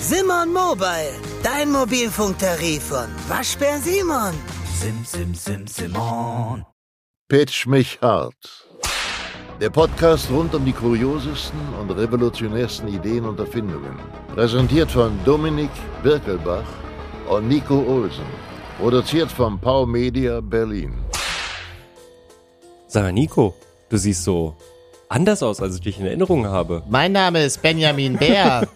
Simon Mobile, dein Mobilfunktarif von Waschbär Simon. Sim, sim, sim, Simon. Pitch mich hart. Der Podcast rund um die kuriosesten und revolutionärsten Ideen und Erfindungen. Präsentiert von Dominik Birkelbach und Nico Olsen. Produziert von Pau Media Berlin. Sag mal, Nico, du siehst so anders aus, als ich dich in Erinnerung habe. Mein Name ist Benjamin Bär.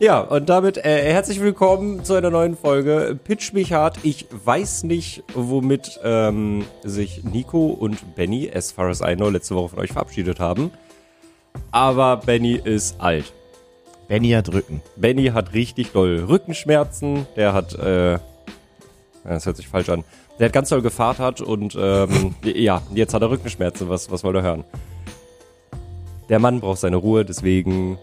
Ja, und damit äh, herzlich willkommen zu einer neuen Folge Pitch mich hart. Ich weiß nicht, womit ähm, sich Nico und Benny, as far as I know, letzte Woche von euch verabschiedet haben. Aber Benny ist alt. Benny hat Rücken. Benny hat richtig doll Rückenschmerzen. Der hat, äh, das hört sich falsch an. Der hat ganz doll gefahrtert und ähm, ja, jetzt hat er Rückenschmerzen. Was, was wollt ihr hören? Der Mann braucht seine Ruhe, deswegen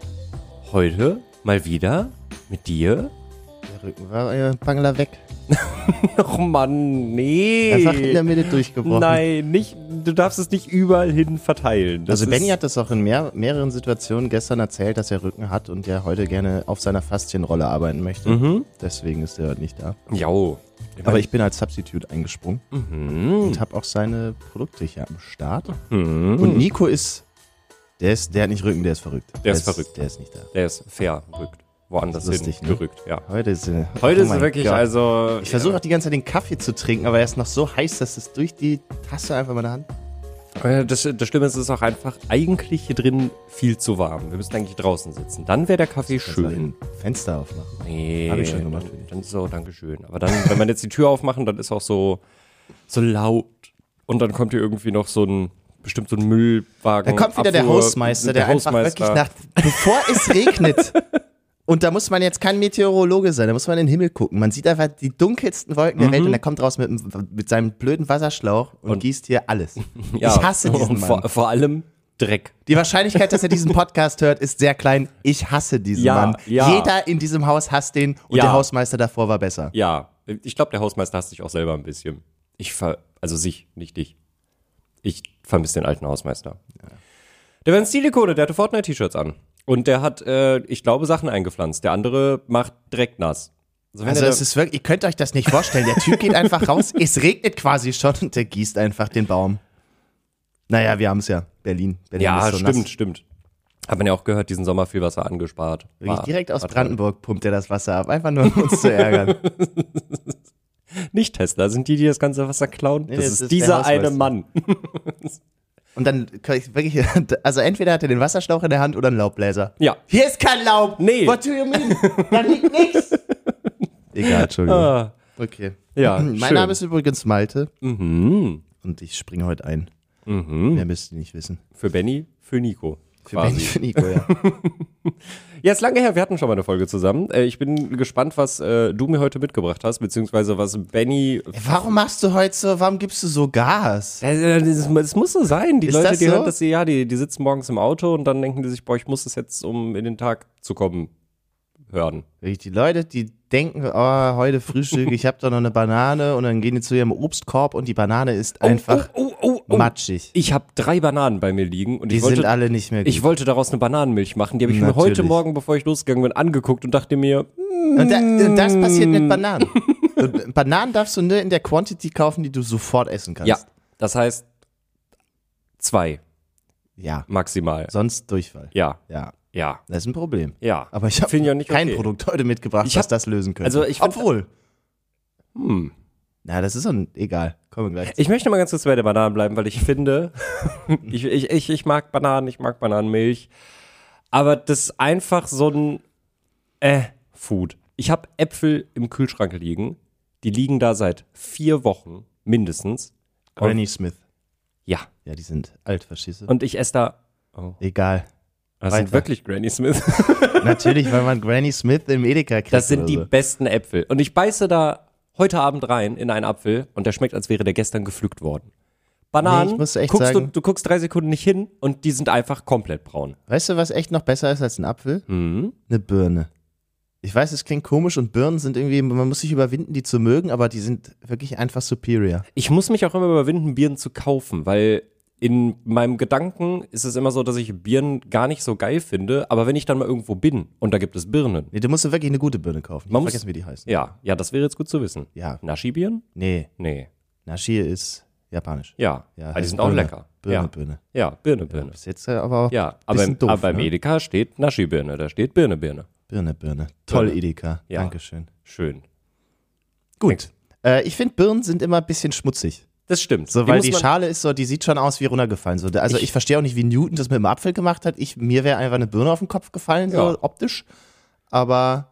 heute mal wieder mit dir. Der Rücken war äh, Bangler weg. Och Oh Mann, nee. Er ist auch in der Mitte durchgebrochen. Nein, nicht, du darfst es nicht überall hin verteilen. Das also Benny ist- hat das auch in mehr, mehreren Situationen gestern erzählt, dass er Rücken hat und ja heute gerne auf seiner Faszienrolle arbeiten möchte. Deswegen ist er heute nicht da. Jau. oh. Aber ich bin als Substitute eingesprungen und habe auch seine Produkte hier am Start. Und Nico ist, der ist, der hat nicht Rücken, der ist verrückt. Mhm. Der, ist verrückt. Der ist nicht da. Der ist fair gerückt. Woanders Lustig, hin ne? gerückt, ja. Heute ist, äh, Heute oh ist mein wirklich, Gott. also. Ich versuche auch die ganze Zeit den Kaffee zu trinken, aber er ist noch so heiß, dass es durch die Tasse einfach meine Hand. Äh, Das, das Schlimme ist, es ist auch einfach eigentlich hier drin viel zu warm. Wir müssen eigentlich draußen sitzen. Dann wäre der Kaffee schön. Ein Fenster aufmachen. Nee, Hab ich schon gemacht, finde Dann, ich. dann ist so, Dankeschön. Aber dann, wenn man jetzt die Tür aufmachen, dann ist auch so, so laut. Und dann kommt hier irgendwie noch so ein, bestimmt so ein Müllwagen. Da kommt wieder der Abfuhr- Hausmeister, der, einfach Hausmeister. wirklich nach, bevor es regnet. Und da muss man jetzt kein Meteorologe sein, da muss man in den Himmel gucken. Man sieht einfach die dunkelsten Wolken der Welt Mhm. und er kommt raus mit, dem- mit seinem blöden Wasserschlauch und, gießt hier alles. Ja, Ich hasse diesen und vor, Mann. vor allem Dreck. Die Wahrscheinlichkeit, dass er diesen Podcast hört, ist sehr klein. Ich hasse diesen Ja, Mann. ja. Jeder in diesem Haus hasst den und Ja. der Hausmeister davor war besser. Ja, ich glaube, der Hausmeister hasst sich auch selber ein bisschen. Ich ver also sich, nicht dich. Ich vermisse den alten Hausmeister. Der war ein Stilikone, der hatte Fortnite-T-Shirts an. Und der hat, äh, ich glaube, Sachen eingepflanzt. Der andere macht Dreck nass. wenn Also er- es ist wirklich, ihr könnt euch das nicht vorstellen. Der Typ geht einfach raus, es regnet quasi schon und der gießt einfach den Baum. Naja, wir haben es ja. Berlin. Berlin ja, ist so stimmt, nass. stimmt. Hat man ja auch gehört, diesen Sommer viel Wasser angespart. Wirklich War- direkt aus war toll. Brandenburg pumpt er das Wasser ab, einfach nur um uns zu ärgern. Nicht Tesla, sind die, die das ganze Wasser klauen? Nee, das das ist ist der dieser eine Hausmeister. Mann. Und dann kann ich wirklich, also entweder hat er den Wasserschlauch in der Hand oder einen Laubbläser. Ja. Hier ist kein Laub. Nee. What do you mean? Da liegt nichts. Egal, Entschuldigung. Ah, Okay. Ja, Mein schön. Name ist übrigens Malte mhm. und ich springe heute ein. Mehr müsst ihr nicht wissen. Für Benny, für Nico. Für Benny, für Nico, ja. Ja, ist lange her, wir hatten schon mal eine Folge zusammen. Äh, ich bin gespannt, was äh, du mir heute mitgebracht hast, beziehungsweise was Benny. Warum machst du heute so, warum gibst du so Gas? äh, Es muss so sein. Die Ist Leute, das die so? hören das, die- ja, die, die sitzen morgens im Auto und dann denken die sich, boah, ich muss das jetzt, um in den Tag zu kommen, hören. Wirklich, Die Leute, die denken, oh, heute Frühstück, ich habe da noch eine Banane und dann gehen die zu ihrem Obstkorb und die Banane ist einfach Oh, oh, oh, oh. matschig. Ich habe drei Bananen bei mir liegen und Die ich wollte. sind alle nicht mehr gut. ich wollte daraus eine Bananenmilch machen. Die habe ich mir Natürlich. heute Morgen, bevor ich losgegangen bin, angeguckt und dachte mir, und, da, und das passiert Mm. mit Bananen. Und Bananen darfst du nur in der Quantity kaufen, die du sofort essen kannst. ja, das heißt zwei Ja. maximal. Sonst Durchfall. Ja, Ja. ja, Das ist ein Problem. ja. Aber ich habe Finde ich auch nicht kein okay. Produkt heute mitgebracht, Ich hab- das das lösen könnte. also ich find- Obwohl. Hm. Na, das ist so ein, egal. Kommen wir gleich. Ich möchte mal ganz kurz bei der Bananen bleiben, weil ich finde, ich, ich, ich, ich mag Bananen, ich mag Bananenmilch. Aber das ist einfach so ein äh, Food. Ich habe Äpfel im Kühlschrank liegen. Die liegen da seit vier Wochen mindestens. Granny Smith. Ja. Ja, die sind alt, verstehst du? Und ich esse da. Oh, Egal. das sind Weiter. wirklich Granny Smith. Natürlich, weil man Granny Smith im Edeka kriegt. Das sind oder die so. besten Äpfel. Und ich beiße da heute Abend rein in einen Apfel und der schmeckt, als wäre der gestern gepflückt worden. Bananen, Nee, ich muss echt guckst du, sagen- du guckst drei Sekunden nicht hin und die sind einfach komplett braun. Weißt du, was echt noch besser ist als ein Apfel? Mhm. Eine Birne. Ich weiß, es klingt komisch und Birnen sind irgendwie, man muss sich überwinden, die zu mögen, aber die sind wirklich einfach superior. Ich muss mich auch immer überwinden, Birnen zu kaufen, weil in meinem Gedanken ist es immer so, dass ich Birnen gar nicht so geil finde, aber wenn ich dann mal irgendwo bin und da gibt es Birnen. Nee, du musst dir wirklich eine gute Birne kaufen. Ich Man hab muss- vergessen, wie die heißt. Ja, ja, das wäre jetzt gut zu wissen. Ja. Nashi-Birnen? Nee, Nee. Nashi ist japanisch. Ja. Ja, aber Ah, die heißt sind auch Birne. lecker. Birne, ja. Birne. ja, Birne, Birne. Ist jetzt äh, aber auch Ja, ein aber, bisschen im, doof. aber beim ne? Edeka steht Nashi-Birne, da steht Birne, Birne. Birne, Birne. Toll, Birne. Edeka. Ja. Dankeschön. Schön. Gut. Äh, ich finde, Birnen sind immer ein bisschen schmutzig. Das stimmt. So, weil muss die man- Schale ist so, die sieht schon aus wie runtergefallen. So, also ich, verstehe auch nicht, wie Newton das mit dem Apfel gemacht hat. Ich, mir wäre einfach eine Birne auf den Kopf gefallen, Ja. so optisch. Aber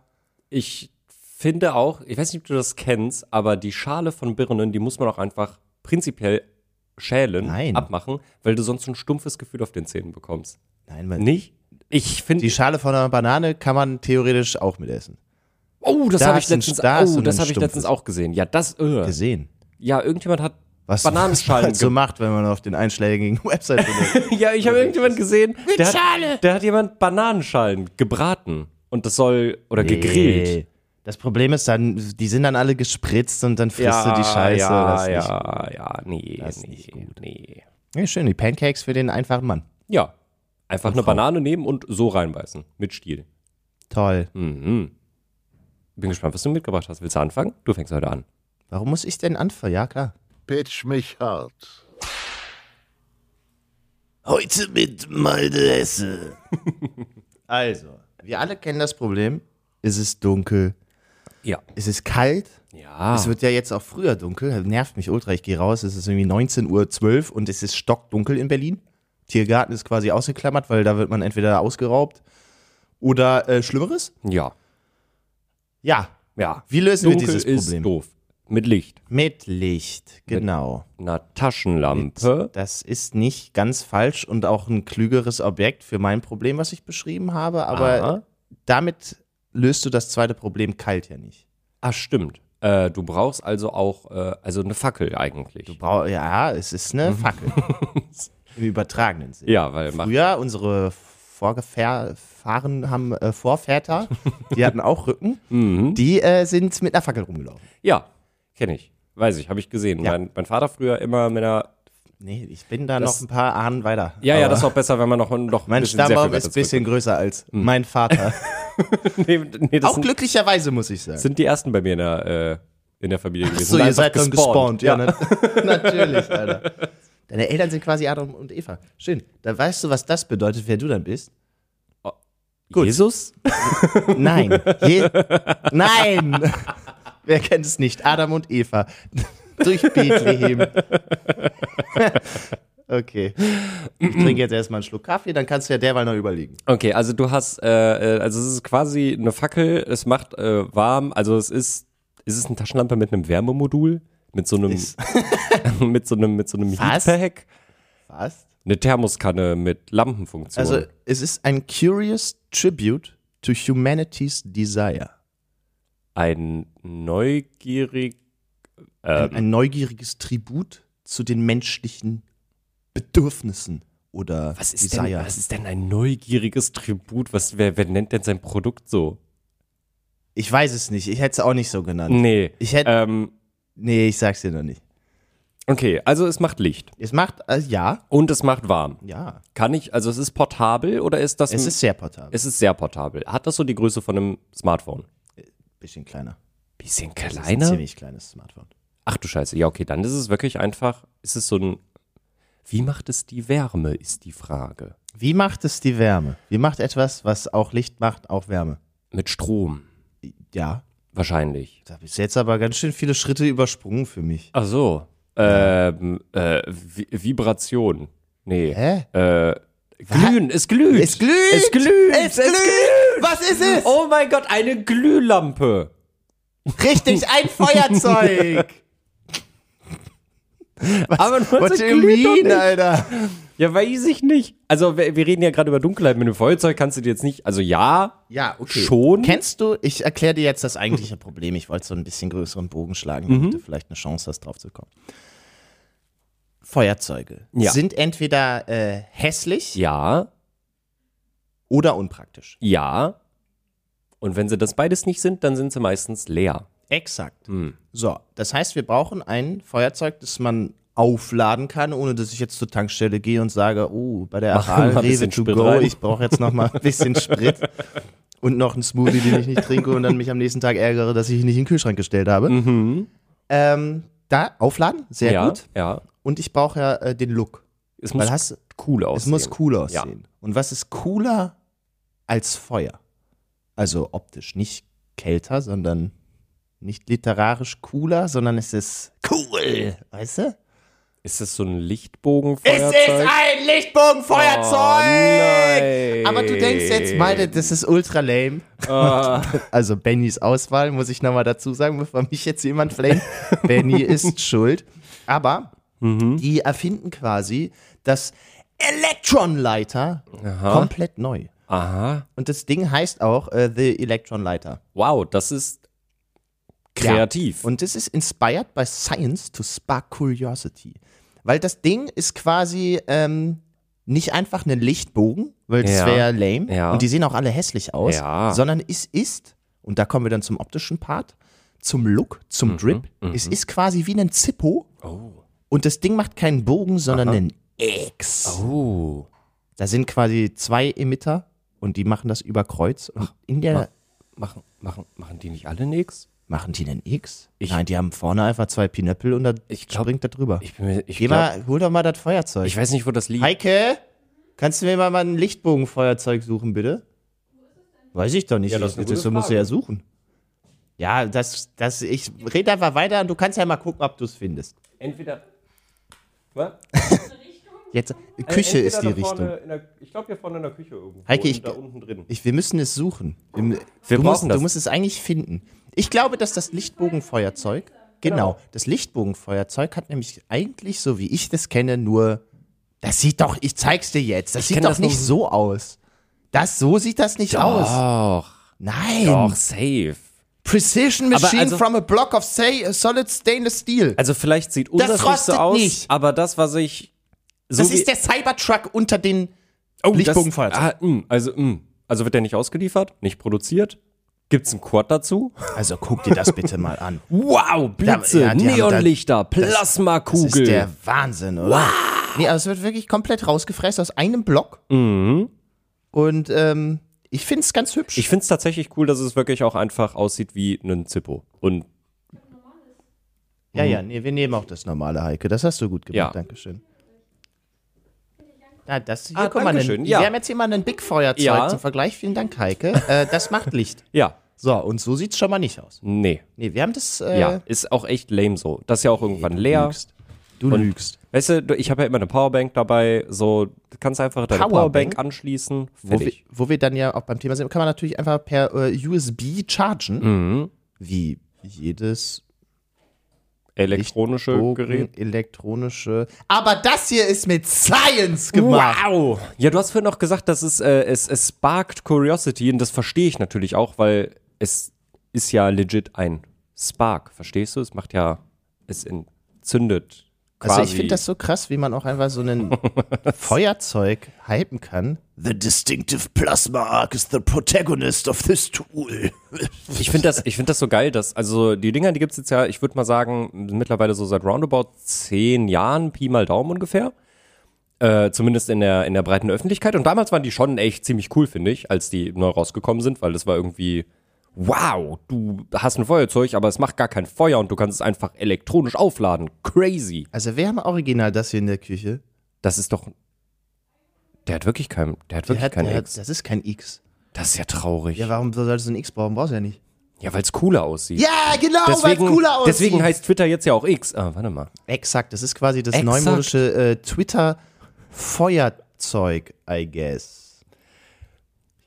ich finde auch, ich weiß nicht, ob du das kennst, aber die Schale von Birnen, die muss man auch einfach prinzipiell schälen, Nein. abmachen, weil du sonst ein stumpfes Gefühl auf den Zähnen bekommst. nein, man, Nicht? Ich finde, die Schale von einer Banane kann man theoretisch auch mitessen. oh, das da habe ist ich ein- letztens, da ist oh, ein das habe ich stumpfes. letztens auch gesehen. Ja, das, äh. Gesehen. ja, irgendjemand hat Was Bananenschalen man so macht, wenn man auf den einschlägigen Website benutzt. ge- Ja, ich habe irgendjemand gesehen, der hat, der hat jemand Bananenschalen gebraten und das soll oder gegrillt. Das Problem ist dann, die sind dann alle gespritzt und dann frisst du die Scheiße. ja, das ist ja, nicht- ja, nee, ist nee, nicht gut. nee. Ja, schön, die Pancakes für den einfachen Mann. Ja, einfach eine Banane nehmen und so reinbeißen mit Stiel. Toll. Hm. Bin gespannt, was du mitgebracht hast. Willst du anfangen? Du fängst heute an. Warum muss ich denn anfangen? Ja, klar. Pitch mich hart. Heute mit Maldesse. also, wir alle kennen das Problem. Es ist dunkel. Ja. Es ist kalt. Ja. Es wird ja jetzt auch früher dunkel. Nervt mich ultra. Ich gehe raus. Es ist irgendwie 19.12 Uhr und es ist stockdunkel in Berlin. Tiergarten ist quasi ausgeklammert, weil da wird man entweder ausgeraubt oder äh, Schlimmeres. ja. Ja. Ja. Wie lösen wir Dunkel dieses ist Problem? doof. Mit Licht. Mit Licht. Genau. Einer Taschenlampe. Das ist nicht ganz falsch und auch ein klügeres Objekt für mein Problem, was ich beschrieben habe, aber Aha. damit löst du das zweite Problem kalt ja nicht. Ah, stimmt. Äh, du brauchst also auch äh, also eine Fackel eigentlich. Brau ja, es ist eine Fackel. Im übertragenen Sinne. Mhm. Ja, weil mach, Früher, unsere Vorgefahren haben äh, Vorväter, die hatten auch Rücken, Mhm. die äh, sind mit einer Fackel rumgelaufen. ja, kenne ich. Weiß ich, habe ich gesehen. Ja. Mein, mein Vater früher immer mit einer. Nee, ich bin da Das- noch ein paar Ahnen weiter. Ja, ja, Aber das ist auch besser, wenn man noch, noch ein Mein bisschen sehr viel Stammbaum weiter ist ein bisschen größer als mein Vater. zurück- Nee, nee, das auch sind, glücklicherweise, muss ich sagen. sind die ersten bei mir in der, äh, in der Familie gewesen. So, Sind ihr einfach seid dann gespawnt. Ja, ne? nat- natürlich, Alter. Deine Eltern sind quasi Adam und Eva. Schön. Da weißt du, was das bedeutet, wer du dann bist. Jesus? Nein. Je Nein. Wer kennt es nicht? Adam und Eva. Durch Bethlehem. okay. Ich trinke jetzt erstmal einen Schluck Kaffee, dann kannst du ja derweil noch überlegen. Okay, also du hast, äh, äh, also es ist quasi eine Fackel, es macht äh, warm, also es ist, ist es eine Taschenlampe mit einem Wärmemodul? Mit so einem, Ist- mit so einem, mit so einem Was? Heatpack? Fast. Eine Thermoskanne mit Lampenfunktion. Also, es ist ein curious tribute to humanity's desire. ein neugierig, Ähm. ein, ein neugieriges Tribut zu den menschlichen Bedürfnissen oder was ist denn, Desire. was ist denn ein neugieriges Tribut? Was, wer, wer nennt denn sein Produkt so? Ich weiß es nicht. Ich hätte es auch nicht so genannt. Nee. Ich hätte. Ähm, nee, ich sag's dir noch nicht. okay, also es macht Licht Es macht. Äh, ja. und es macht warm. Ja. Kann ich, also es ist portabel oder ist das Es ein, ist sehr portabel. es ist sehr portabel. Hat das so die Größe von einem Smartphone? bisschen kleiner. Bisschen Es ist ein kleiner? ziemlich kleines Smartphone. Ach du Scheiße, ja, okay, dann ist es wirklich einfach, ist es so ein. Wie macht es die Wärme, ist die Frage. Wie macht es die Wärme? Wie macht etwas, was auch Licht macht, auch Wärme? Mit Strom, Ja. wahrscheinlich. Da bist du jetzt aber ganz schön viele Schritte übersprungen für mich. Ach so. Ähm, äh, Vi- Vibration. Nee. Hä? Äh, glühen, es glüht. Es glüht! Es glüht. Es glüht! Was ist es? Oh mein Gott, eine Glühlampe. Richtig, ein Feuerzeug! Aber nur What es do you glüht doch mean, nicht. Alter? Ja, weiß ich nicht. Also, wir, wir reden ja gerade über Dunkelheit. Mit dem Feuerzeug kannst du dir jetzt nicht. Also, ja. Ja, okay. Schon? Kennst du, ich erkläre dir jetzt das eigentliche Problem. Ich wollte so ein bisschen größeren Bogen schlagen, Mhm. damit du vielleicht eine Chance hast, drauf zu kommen. Feuerzeuge Ja. sind entweder äh, hässlich Ja. oder unpraktisch. Ja. Und wenn sie das beides nicht sind, dann sind sie meistens leer. Hm. Exakt. So, das heißt, wir brauchen ein Feuerzeug, das man aufladen kann, ohne dass ich jetzt zur Tankstelle gehe und sage, oh, bei der Mach mal ein Aral Rewe bisschen to Sprit go, rein. ich brauche jetzt noch mal ein bisschen Sprit und noch einen Smoothie, den ich nicht trinke und dann mich am nächsten Tag ärgere, dass ich ihn nicht in den Kühlschrank gestellt habe. Ähm, da aufladen, sehr Mhm. ja, gut. ja. Und ich brauche ja äh, den Look. Es muss Weil hast, cool es aussehen. muss cool Ja. aussehen. Und was ist cooler als Feuer? Also optisch nicht kälter, sondern nicht literarisch cooler, sondern es ist cool, weißt du? Ist das so ein Lichtbogenfeuerzeug? ein Oh, nein. Aber du denkst jetzt, meine, das ist ultra lame. Also Bennys Auswahl, muss ich nochmal dazu sagen, bevor mich jetzt jemand flamet. Benny ist schuld. Aber die erfinden quasi das Elektronleiter komplett neu. Aha. Und das Ding heißt auch äh, The Elektronleiter. Wow, das ist kreativ. Ja. Und das ist inspired by science to spark curiosity. Weil das Ding ist quasi ähm, nicht einfach ein Lichtbogen, weil das Ja. wäre lame. Ja. Und die sehen auch alle hässlich aus. Ja. Sondern es ist, und da kommen wir dann zum optischen Part, zum Look, Mhm, zum Drip. Es ist quasi wie ein Zippo. Oh. Und das Ding macht keinen Bogen, sondern einen X. oh. Da sind quasi zwei Emitter und die machen das über Kreuz. Und in der Machen, machen, machen die nicht alle nix? Machen die denn X? Ich- Nein, die haben vorne einfach zwei Pinöppel und dann Ich glaub- springt da drüber. Ich bin mir, ich Geh glaub, mal, hol doch mal das Feuerzeug. ich weiß nicht, wo das liegt. Heike, kannst du mir mal, mal ein Lichtbogenfeuerzeug suchen, bitte? Weiß ich doch nicht. Ja, das ist eine das gute musst du ja suchen. Ja, das, das, ich rede einfach weiter und du kannst ja mal gucken, ob du es findest. Entweder. Was? Jetzt, Küche Äh, Entweder ist die da vorne Richtung. in der- ich glaube, hier vorne in der Küche irgendwo. Heike, und ich- da unten drin. Ich, wir müssen es suchen. Im, Wir du, brauchen musst, das. du musst es eigentlich finden. Ich glaube, dass das Lichtbogenfeuerzeug, genau, das Lichtbogenfeuerzeug hat nämlich eigentlich, so wie ich das kenne, nur, das sieht doch, ich zeig's dir jetzt, das sieht kenne doch das nicht nur- so aus. Das, so sieht das nicht aus. Doch, Nein. doch, safe. Precision Machine also- from a block of say, solid stainless steel. Also vielleicht sieht unseres nicht so rostet aus, nicht. aber das, was ich so das wie- ist der Cybertruck unter den oh, Lichtbogenfeuerzeug. Das, ah, mh, also, mh. also wird der nicht ausgeliefert, nicht produziert. Gibt's einen Quad dazu? Also guck dir das bitte mal an. Wow, Blitze, ja, die haben da- Neonlichter, Plasmakugel. Das ist der Wahnsinn, oder? Nee, aber es wird wirklich komplett rausgefressen aus einem Block. Und ähm, ich finde es ganz hübsch. Mhm. ich find's tatsächlich cool, dass es wirklich auch einfach aussieht wie ein Zippo. Und ja, ja, nee, wir nehmen auch das normale Heike. Das hast du gut gemacht, Mhm. Ja. Dankeschön. Ja, das hier, Ah, guck mal, Dankeschön, einen, ja. wir haben jetzt hier mal ein Big-Feuerzeug Ja. zum Vergleich. Vielen Dank, Heike. Äh, das macht Licht. ja, So, und so sieht es schon mal nicht aus. nee. Nee, wir haben das. Äh, Ja, ist auch echt lame so. Das ist ja auch irgendwann leer. lügst. Du Und- lügst. Weißt du, du, ich habe ja immer eine Powerbank dabei, so du kannst einfach deine Powerbank? Powerbank, anschließen, Wo wir, fertig. wo wir dann ja auch beim Thema sind, kann man natürlich einfach per äh, USB chargen. Mhm. Wie jedes Elektronische Bogen, Gerät. elektronische. Aber das hier ist mit Science gemacht. Wow! Ja, du hast vorhin auch gesagt, dass es, äh, es, es sparkt Curiosity und das verstehe ich natürlich auch, weil es ist ja legit ein Spark, verstehst du? Es macht ja, es entzündet quasi. Also ich finde das so krass, wie man auch einfach so ein Feuerzeug hypen kann. The distinctive plasma arc is the protagonist of this tool. Ich finde das, ich find das so geil, dass, also die Dinger, die gibt's jetzt ja, ich würde mal sagen, mittlerweile so seit roundabout zehn Jahren, Pi mal Daumen ungefähr. Äh, zumindest in der, in der breiten Öffentlichkeit. Und damals waren die schon echt ziemlich cool, finde ich, als die neu rausgekommen sind, weil das war irgendwie, wow, du hast ein Feuerzeug, aber es macht gar kein Feuer und du kannst es einfach elektronisch aufladen. Crazy. Also wir haben original das hier in der Küche. Das ist doch. Der hat wirklich kein, der hat Der wirklich hat, kein der hat, X. das ist kein X. Das ist ja traurig. Ja, Ja, warum solltest du ein X brauchen? Brauchst du ja nicht. weil es cooler aussieht. Ja, genau, weil es deswegen, cooler aussieht. deswegen heißt Twitter jetzt ja auch X. Ah, warte mal. Exakt, das ist quasi das Exakt. neumodische äh, Twitter-Feuerzeug, I guess.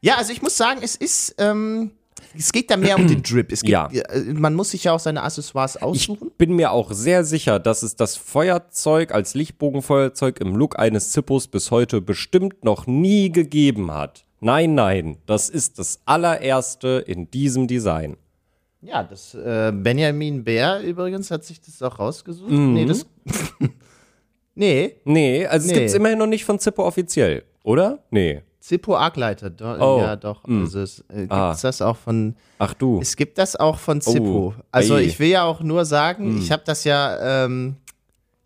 Ja, also ich muss sagen, es ist, ähm, es geht da mehr um den Drip. Es geht, Ja. äh, man muss sich ja auch seine Accessoires Ich aussuchen. bin mir auch sehr sicher, dass es das Feuerzeug als Lichtbogenfeuerzeug im Look eines Zippos bis heute bestimmt noch nie gegeben hat. Nein, nein, das ist das allererste in diesem Design. ja, das äh, Benjamin Bär übrigens hat sich das auch rausgesucht. Mhm. Nee, das. nee, Nee, also Nee. es gibt es immerhin noch nicht von Zippo offiziell, oder? Nee. Zippo Arcleiter. Do, Oh. Ja, doch. Also es äh, gibt's Ah. das auch von. Ach du. Es gibt das auch von Zippo. Oh, Hm. also ei. ich will ja auch nur sagen, ich habe das ja, ähm,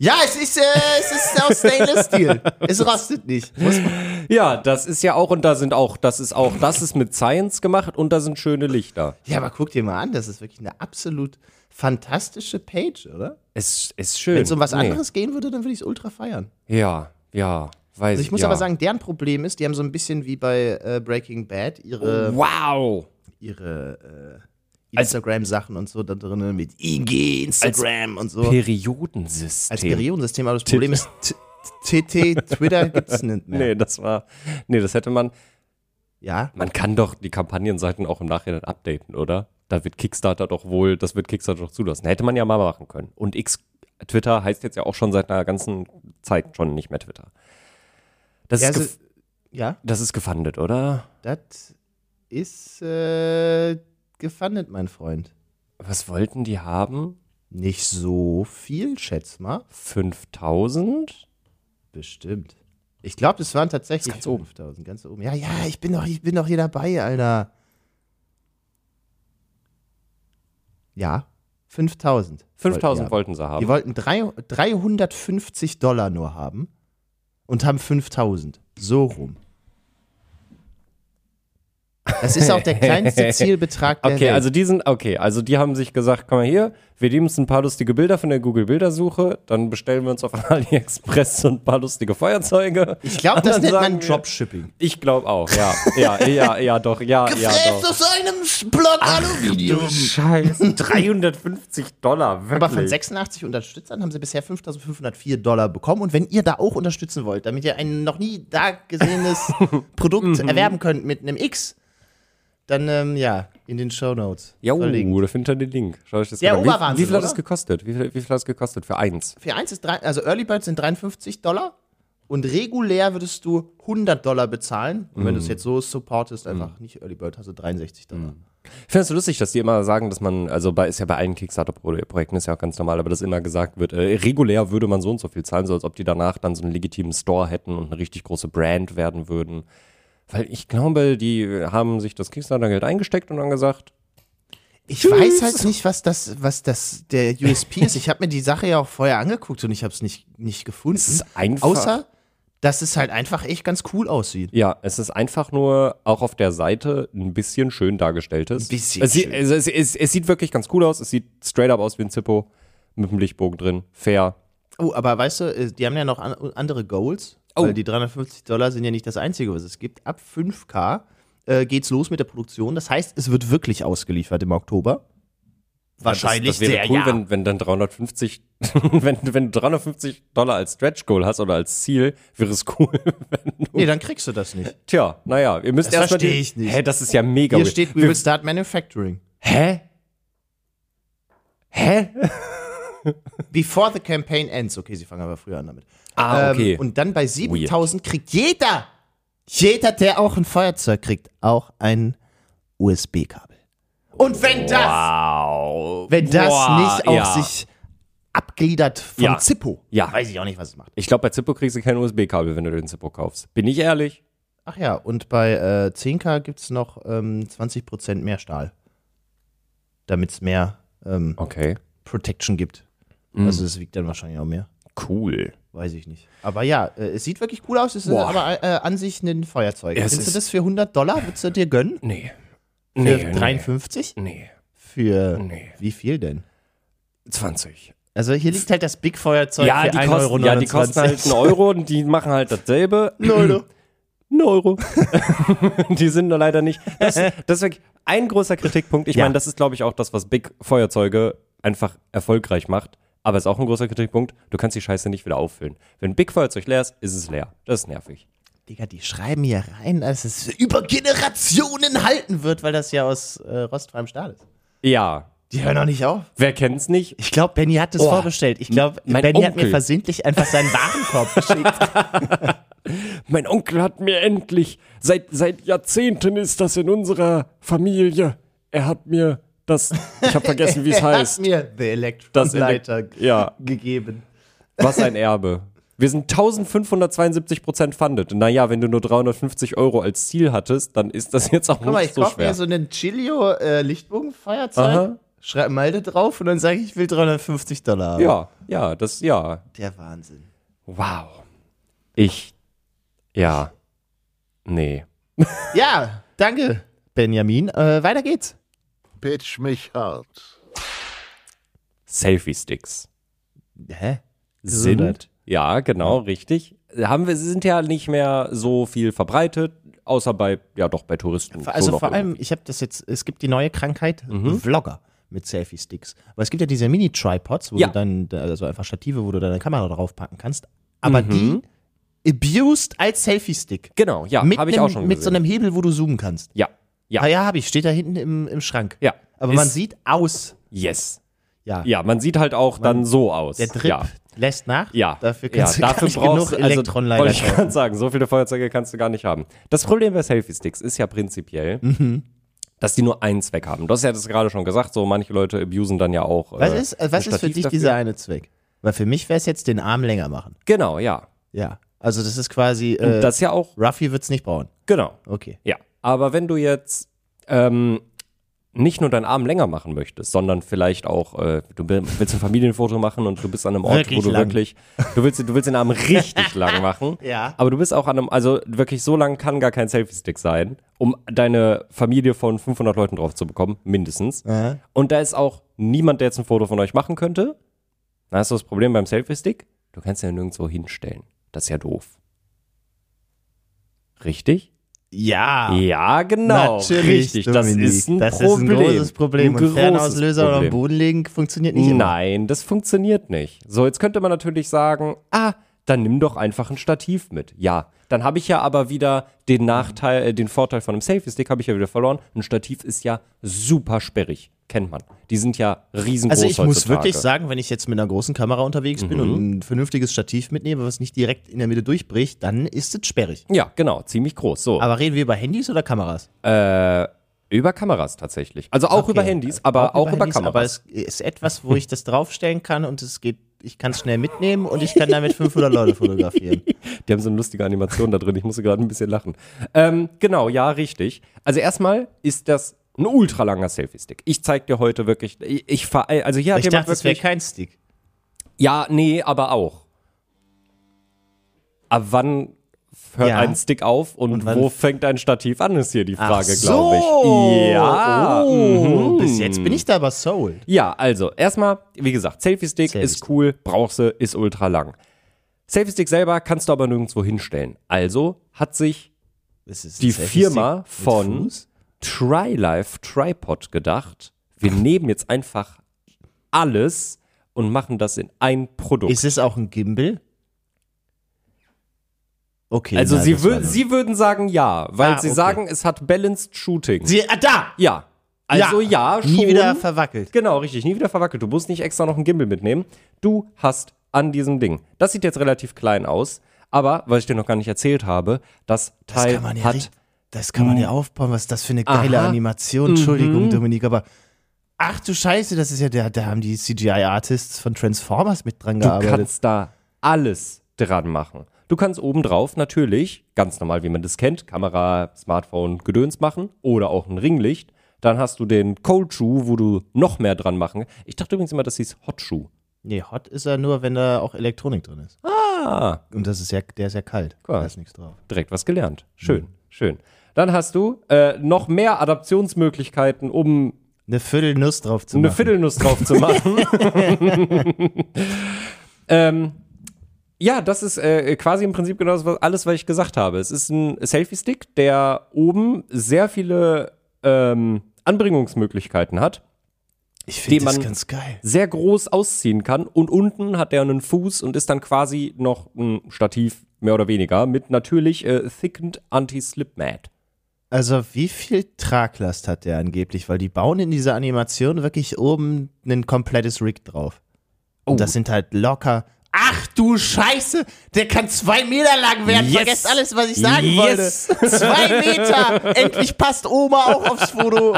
Ja, es ist, äh, es ist aus Stainless Steel. Es rostet nicht. Muss man- Ja, das ist ja auch, und da sind auch, das ist auch, das ist mit Science gemacht und da sind schöne Lichter. Ja, aber guck dir mal an, das ist wirklich eine absolut fantastische Page, oder? Es ist schön. Wenn es um was Nee. anderes gehen würde, dann würde ich es ultra feiern. Ja, ja, weiß Also ich muss ja. aber sagen, deren Problem ist, die haben so ein bisschen wie bei äh, Breaking Bad ihre, Wow! ihre äh, Instagram-Sachen und so da drinnen mit IG, Instagram und so. Periodensystem. Als Periodensystem, aber das Problem ist, T- T- TT, Twitter gibt's nicht mehr. Nee, das war. Nee, das hätte man. Ja, Man kann doch die Kampagnenseiten auch im Nachhinein updaten, oder? Da wird Kickstarter doch wohl, das wird Kickstarter doch zulassen. Hätte man ja mal machen können. Und X, Twitter heißt jetzt ja auch schon seit einer ganzen Zeit schon nicht mehr Twitter. Das, Ja, ist, also- gef- ja, das ist gefundet, oder? das ist äh, gefundet, mein Freund. Was wollten die haben? Nicht so viel, schätz mal. 5000? Bestimmt. Ich glaube, das waren tatsächlich Ganz oben. 5000, ganz oben. Ja, ja, ich bin doch, ich bin doch hier dabei, Alter. Ja, 5000. wollten. 5000 wollten sie die haben. Die haben. wollten drei, 350 Dollar nur haben und haben 5000. So rum. Das ist auch der kleinste Zielbetrag der Okay, Welt. also die sind, okay, also die haben sich gesagt, komm mal hier, wir nehmen uns ein paar lustige Bilder von der Google-Bildersuche, dann bestellen wir uns auf AliExpress so ein paar lustige Feuerzeuge. ich glaube, das Dann nennt sagen man wir- Dropshipping. Ich glaube auch, ja, ja, ja, ja, doch, ja, ja, doch. aus einem Block Aluminium. Scheiße, 350 Dollar, wirklich. Aber von 86 Unterstützern haben sie bisher 5.504 Dollar bekommen. Und wenn ihr da auch unterstützen wollt, damit ihr ein noch nie da gesehenes Produkt Mhm. erwerben könnt mit einem X, dann ähm, ja, in den Show Notes. Ja, verlinkt. uh, da findet ihr den Link. Schau euch das Der gerne an. Wie- Oberwahnsinn, Wie viel hat das oder? gekostet? Wie viel, wie viel hat das gekostet für eins? Für eins ist drei, also Early Birds sind 53 Dollar. Und regulär würdest du 100 Dollar bezahlen. Und wenn du es Mm. jetzt so supportest, einfach nicht Early Bird, hast du 63 Dollar. Ich finde es so lustig, dass die immer sagen, dass man, also bei, ist ja bei allen Kickstarter-Projekten ist ja auch ganz normal, aber dass immer gesagt wird, äh, regulär würde man so und so viel zahlen, so als ob die danach dann so einen legitimen Store hätten und eine richtig große Brand werden würden. Weil ich glaube, die haben sich das Kickstarter-Geld eingesteckt und dann gesagt, Ich weiß halt nicht, was das, was das der USP ist. Ich habe mir die Sache ja auch vorher angeguckt und ich habe es nicht, nicht gefunden. Es ist einfach- Außer, dass es halt einfach echt ganz cool aussieht. ja, es ist einfach nur auch auf der Seite ein bisschen schön dargestelltes. Ein bisschen es, sieht- schön. Also es, es, es sieht wirklich ganz cool aus, es sieht straight up aus wie ein Zippo mit einem Lichtbogen drin, fair. Oh, aber weißt du, äh, die haben ja noch an, andere Goals. Oh. Weil die 350 Dollar sind ja nicht das Einzige, was es gibt. Ab 5K äh, geht's los mit der Produktion. Das heißt, es wird wirklich ausgeliefert im Oktober. Wahrscheinlich das, das wäre sehr, cool, ja. wenn, wenn dann 350, wenn, wenn du 350 Dollar als Stretch Goal hast oder als Ziel, wäre es cool, wenn du, Nee, dann kriegst du das nicht. tja, naja, ihr müsst Das erstmal die- verstehe ich nicht. Hä, das ist ja mega Hier weird. steht, we Wir- will start manufacturing. Hä? Hä? Before the campaign ends. Okay, sie fangen aber früher an damit. Ah, Ähm, okay. Und dann bei 7000 kriegt jeder, jeder, der auch ein Feuerzeug kriegt, auch ein USB-Kabel. Und wenn das, wow. wenn das Boah, nicht auch ja. sich abgliedert von Ja. Zippo, Ja. weiß ich auch nicht, was es macht. Ich glaube, bei Zippo kriegst du kein USB-Kabel, wenn du den Zippo kaufst. Bin ich ehrlich? Ach ja, und bei äh, 10K gibt es noch ähm, 20% mehr Stahl, damit es mehr ähm, Okay. Protection gibt. Mhm. Also es wiegt dann wahrscheinlich auch mehr. Cool. Weiß ich nicht. Aber ja, äh, es sieht wirklich cool aus. Es ist Boah. aber äh, an sich ein Feuerzeug. Ja, es Findest du ist- das für 100 Dollar? Würdest du dir gönnen? Nee. Für Nee, nee, 53? nee. Für Nee. wie viel denn? 20. Also hier liegt halt das Big Feuerzeug ja, für die 1,29 kosten, Euro. ja, die kosten halt einen Euro und die machen halt dasselbe. Euro. Ein Euro. die sind nur leider nicht. Das, das ist wirklich ein großer Kritikpunkt. Ich Ja. meine, das ist, glaube ich, auch das, was Big Feuerzeuge einfach erfolgreich macht. Aber es ist auch ein großer Kritikpunkt. Du kannst die Scheiße nicht wieder auffüllen. Wenn Big Feuerzeug leer ist, ist es leer. Das ist nervig. Digga, die schreiben hier rein, dass es über Generationen halten wird, weil das ja aus äh, rostfreiem Stahl ist. Ja. Die hören doch nicht auf. Wer kennt's nicht? Ich glaube, Benny hat es Oh, vorgestellt. Ich glaube, mein Benny hat mir Onkel. versehentlich einfach seinen Warenkorb geschickt. Mein Onkel hat mir endlich, seit, seit Jahrzehnten ist das in unserer Familie. Er hat mir das, ich habe vergessen, wie es er heißt. hat mir The Das Elek- Electrolyter ja. gegeben. Was ein Erbe. Wir sind 1572 Prozent funded. Naja, wenn du nur 350 Euro als Ziel hattest, dann ist das jetzt auch Guck mal, nicht ich so kaufe mir schwer. so einen Chilio äh, Lichtbogenfeuerzeug Aha. schreib Malde drauf und dann sage ich, ich will 350 Dollar. haben. Ja, ja, das, ja. Der Wahnsinn. Wow. Ich, ja. Nee. Ja, danke, Benjamin. Äh, weiter geht's. Pitch mich hart. Selfie-Sticks. Hä? sind. Ja, genau, richtig. Haben wir, sie sind ja nicht mehr so viel verbreitet, außer bei, ja doch, bei Touristen. so Also noch Mhm. vor allem, ich habe das jetzt, es gibt die neue Krankheit, Vlogger mit Selfie-Sticks. Aber es gibt ja diese Mini-Tripods, wo Ja. du dann, also einfach Stative, wo du deine Kamera draufpacken kannst. Aber die abused als Selfie-Stick. Genau, Mhm. ja, mit habe ich einem- auch schon Mit so gesehen. einem Hebel, wo du zoomen kannst. ja, Ah ja, ja, habe ich, steht da hinten im, im Schrank. Ja. Aber Ist- man sieht aus. yes. Ja. Ja, man sieht halt auch dann so aus. Der Trip ja. lässt nach. Ja, Dafür ja, kannst du gar nicht genug Elektron also, leider wollte ich gerade sagen, so viele Feuerzeuge kannst du gar nicht haben. Das Problem bei Selfie-Sticks ist ja prinzipiell, Mhm. dass die nur einen Zweck haben. Du hast ja das gerade schon gesagt, so manche Leute abusen dann ja auch. Was äh, ist, ein was ist für Stativ dich dafür. dieser eine Zweck? Weil für mich wäre es jetzt den Arm länger machen. Genau, ja. Ja. Also das ist quasi, äh, Und das ja auch, Ruffy wird's nicht brauchen. genau. Okay. Ja, aber wenn du jetzt ähm, nicht nur deinen Arm länger machen möchtest, sondern vielleicht auch, äh, du will- willst ein Familienfoto machen und du bist an einem Ort, Wirklich wo du lang. wirklich, du willst, du willst den Arm richtig lang machen, Ja. aber du bist auch an einem, also wirklich so lang kann gar kein Selfie-Stick sein, um deine Familie von 500 Leuten drauf zu bekommen, mindestens. Und da ist auch niemand, der jetzt ein Foto von euch machen könnte. Da hast du das Problem beim Selfie-Stick, du kannst ihn ja nirgendwo hinstellen. Das ist ja doof. Richtig? Ja. Ja, Ah. genau. Natürlich, richtig. Das Dominik. ist ein das Problem. ist ein großes Problem. Ein Und Fernauslöser oder am Problem. Boden legen funktioniert nicht immer. Nein, das funktioniert nicht. So, jetzt könnte man natürlich sagen, ah, dann nimm doch einfach ein Stativ mit. Ja, dann habe ich ja aber wieder den Nachteil, äh, den Vorteil von einem Selfie-Stick habe ich ja wieder verloren. Ein Stativ ist ja super sperrig, kennt man. Die sind ja riesengroß Also ich muss heutzutage. Mhm. wirklich sagen, wenn ich jetzt mit einer großen Kamera unterwegs bin und ein vernünftiges Stativ mitnehme, was nicht direkt in der Mitte durchbricht, dann ist es sperrig. Ja, genau, ziemlich groß. So, Aber reden wir über Handys oder Kameras? über Kameras tatsächlich. Also auch über Handys, aber auch, über, äh, Handys, Kameras. Aber es ist etwas, wo ich das draufstellen kann und es geht, ich kann es schnell mitnehmen und ich kann damit 500 Leute fotografieren. Die haben so eine lustige Animation da drin. Ich musste gerade ein bisschen lachen. Ähm, genau, ja, richtig. Also erstmal ist das ein ultra langer Selfie-Stick. Ich zeig dir heute wirklich, ich, ich ver- also hier hat Ich jemand dachte, es wäre wirklich, kein Stick. ja, nee, aber auch. Ab wann hört Ja. ein Stick auf und, wann- wo fängt ein Stativ an, ist hier die Frage, glaube so. ich. Ja. Oh, bis jetzt bin ich da aber sold. Ja, also erstmal, wie gesagt, Selfie-Stick ist Selfie-Stick. cool, brauchst du, ist ultra lang. Selfie-Stick selber kannst du aber nirgendwo hinstellen. Also hat sich Es ist ein die Selfie-Stick Firma mit von Fuß. TryLife Tripod gedacht, wir nehmen jetzt einfach alles und machen das in ein Produkt. Ist es auch ein Gimbal? Okay. also na, sie, das war wür nur- sie würden sagen ja, weil Ah, sie okay. sagen, es hat Balanced Shooting. Sie, ah, da! ja. Also ja, schon. Nie wieder verwackelt. Genau, richtig. Nie wieder verwackelt. Du musst nicht extra noch einen Gimbal mitnehmen. Du hast an diesem Ding. Das sieht jetzt relativ klein aus, aber was ich dir noch gar nicht erzählt habe, das Das Teil kann man ja, hat Hm. richtig- das kann man ja aufbauen, was ist das für eine geile Aha. Mhm. Animation. Entschuldigung, Dominik, aber ach du Scheiße, das ist ja der, da haben die CGI-Artists von Transformers mit dran Du gearbeitet. kannst da alles dran machen. Du kannst obendrauf natürlich, ganz normal, wie man das kennt, Kamera, Smartphone, Gedöns machen oder auch ein Ringlicht. Dann hast du den Cold Shoe, wo du noch mehr dran machen. Ich dachte übrigens immer, das hieß Hot Shoe. Nee, hot ist er nur, wenn da auch Elektronik drin ist. Ah, Und das ist ja, der ist ja kalt. Klar. Da ist nichts drauf. direkt was gelernt. Schön, schön. Dann hast du äh, noch mehr Adaptionsmöglichkeiten, um Eine Viertelnuss drauf zu eine machen. Viertelnuss drauf zu machen. ähm, ja, das ist äh, quasi im Prinzip genau das, was, alles, was ich gesagt habe. Es ist ein Selfie-Stick, der oben sehr viele ähm, Anbringungsmöglichkeiten hat, ich die finde das man- ganz geil. sehr groß ausziehen kann und unten hat er einen Fuß und ist dann quasi noch ein Stativ, mehr oder weniger, mit natürlich äh, thickened Anti-Slip Mat. Also wie viel Traglast hat der angeblich? Weil die bauen in dieser Animation wirklich oben ein komplettes Rig drauf. Und Oh. das sind halt locker. Ach du Scheiße, der kann zwei Meter lang werden. Yes. Vergesst alles, was ich sagen Yes. wollte. Zwei Meter. Endlich passt Oma auch aufs Foto.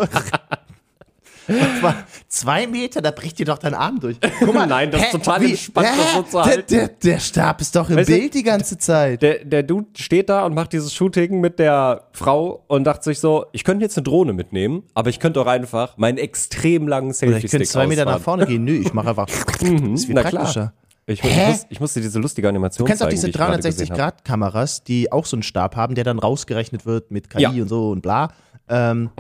Das war Zwei Meter, da bricht dir doch dein Arm durch. Guck Nein, das ist total entspannt, das so zu der, halten. der, der Stab ist doch im Weißt du, Bild die ganze Zeit. Der, der Dude steht da und macht dieses Shooting mit der Frau und dachte sich so, ich könnte jetzt eine Drohne mitnehmen, aber ich könnte auch einfach meinen extrem langen Oder ich könnte Selfie-Stick zwei Meter nach ausfahren. vorne gehen. Nö, ich mache einfach. Mhm, ist viel Na klar. praktischer. Ich, ich, Hä? muss, ich musste diese lustige Animation Du kennst auch zeigen, diese die ich gerade gesehen habe. 360-Grad-Kameras, die auch so einen Stab haben, der dann rausgerechnet wird mit KI Ja. und so und bla. Ähm,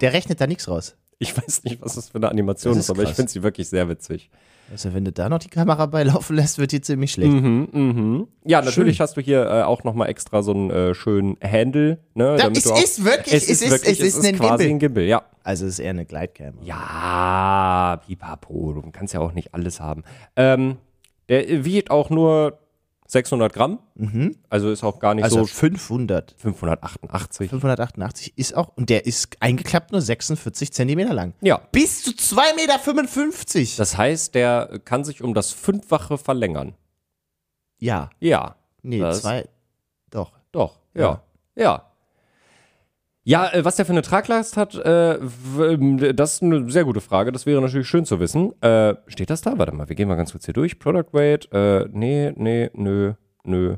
der rechnet da nichts raus. Ich weiß nicht, was das für eine Animation Das ist, ist aber ich krass. finde sie wirklich sehr witzig. Also, wenn du da noch die Kamera beilaufen lässt, wird die ziemlich schlecht. Mhm. Ja, natürlich hast du hier äh, auch nochmal extra so einen äh, schönen Handle. Ne, damit es du auch, ist wirklich- es ist- es ist ein quasi Gimbal. ein Gimbal. Ja, Also, es ist eher eine Gleitcam. Ja, pipapo, du kannst ja auch nicht alles haben. Ähm, der wiegt auch nur 600 Gramm, also ist auch gar nicht Also, so 500. 588. 588 ist auch, und der ist eingeklappt nur 46 Zentimeter lang. Ja. Bis zu 2,55 Meter. Das heißt, der kann sich um das Fünffache verlängern. ja, Ja, nee, Das- zwei, doch. doch, ja, ja. Ja, äh, was der für eine Traglast hat, äh, w- das ist eine sehr gute Frage. Das wäre natürlich schön zu wissen. Äh, steht das da? Warte mal, wir gehen mal ganz kurz hier durch. Product Weight, äh, nee, nee, nö, nö.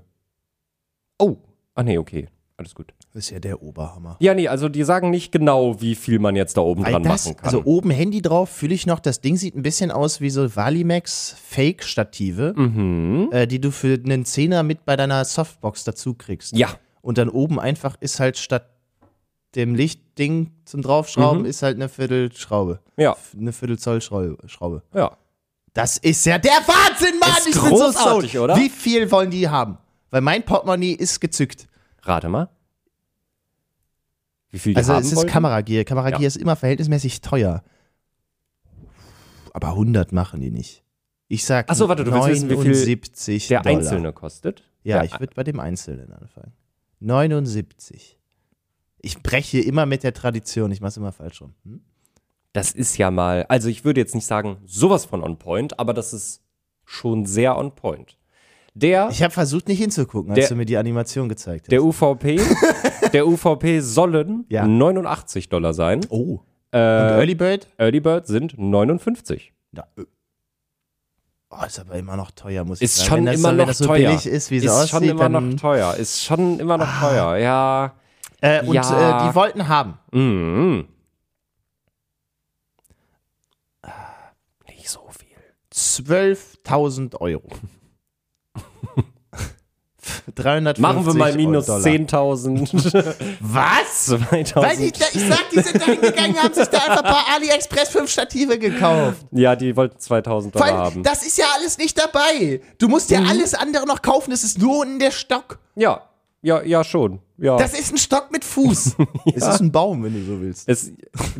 Oh, ah nee, okay, alles gut. Das ist ja der Oberhammer. Ja, nee, also die sagen nicht genau, wie viel man jetzt da oben Weil dran das, machen kann. also oben Handy drauf, fühle ich noch, das Ding sieht ein bisschen aus wie so Valimax Fake-Stative, Mhm. äh, die du für einen Zehner mit bei deiner Softbox dazu kriegst. ja, Und dann oben einfach ist halt statt dem Lichtding zum Draufschrauben, Mhm. ist halt eine Viertelschraube. ja, Eine Viertelzoll Schraube. Schraube. ja. Das ist ja der Wahnsinn, Mann! Ist ich bin großartig, so sold. oder? Wie viel wollen die haben? Weil mein Portemonnaie ist gezückt. Rate mal. Wie viel die Also haben es ist wollten? Kameragier. Kameragier Ja. ist immer verhältnismäßig teuer. Aber 100 machen die nicht. Ich sag Ach so, warte, du willst wissen, wie viel 79 Der Dollar. Einzelne kostet. Ja, Der- ich würde bei dem Einzelnen anfangen. 79. Ich breche immer mit der Tradition. Ich mach's immer falsch rum. Hm? Das ist ja mal, also ich würde jetzt nicht sagen, sowas von on point, aber das ist schon sehr on point. Der, Ich habe versucht, nicht hinzugucken, als Der- du mir die Animation gezeigt hast. der UVP, der UVP sollen Ja. 89 Dollar sein. oh. Und Äh, Early Bird? Early Bird sind 59. Na, ö. oh, ist aber immer noch teuer, muss ich Ist sagen. schon das immer so, noch das so teuer. billig ist, wie sie aussieht, schon immer dann, Ah. noch teuer. Ist schon immer noch teuer. Ja. äh, Und Ja. äh, die wollten haben. Mhm. Nicht so viel. 12.000 Euro. 350 Machen wir mal minus Dollar. 10.000. Was? Weil die, 2000. da- ich sag, die sind da hingegangen, haben sich da einfach ein paar AliExpress 5 Stative gekauft. Ja, die wollten 2000 Vor Dollar allem, haben. das ist ja alles nicht dabei. Du musst ja alles andere noch kaufen, es ist nur in der Stock. Ja, ja, ja, schon. Ja. Das ist ein Stock mit Fuß. Es ist ein Baum, wenn du so willst. es,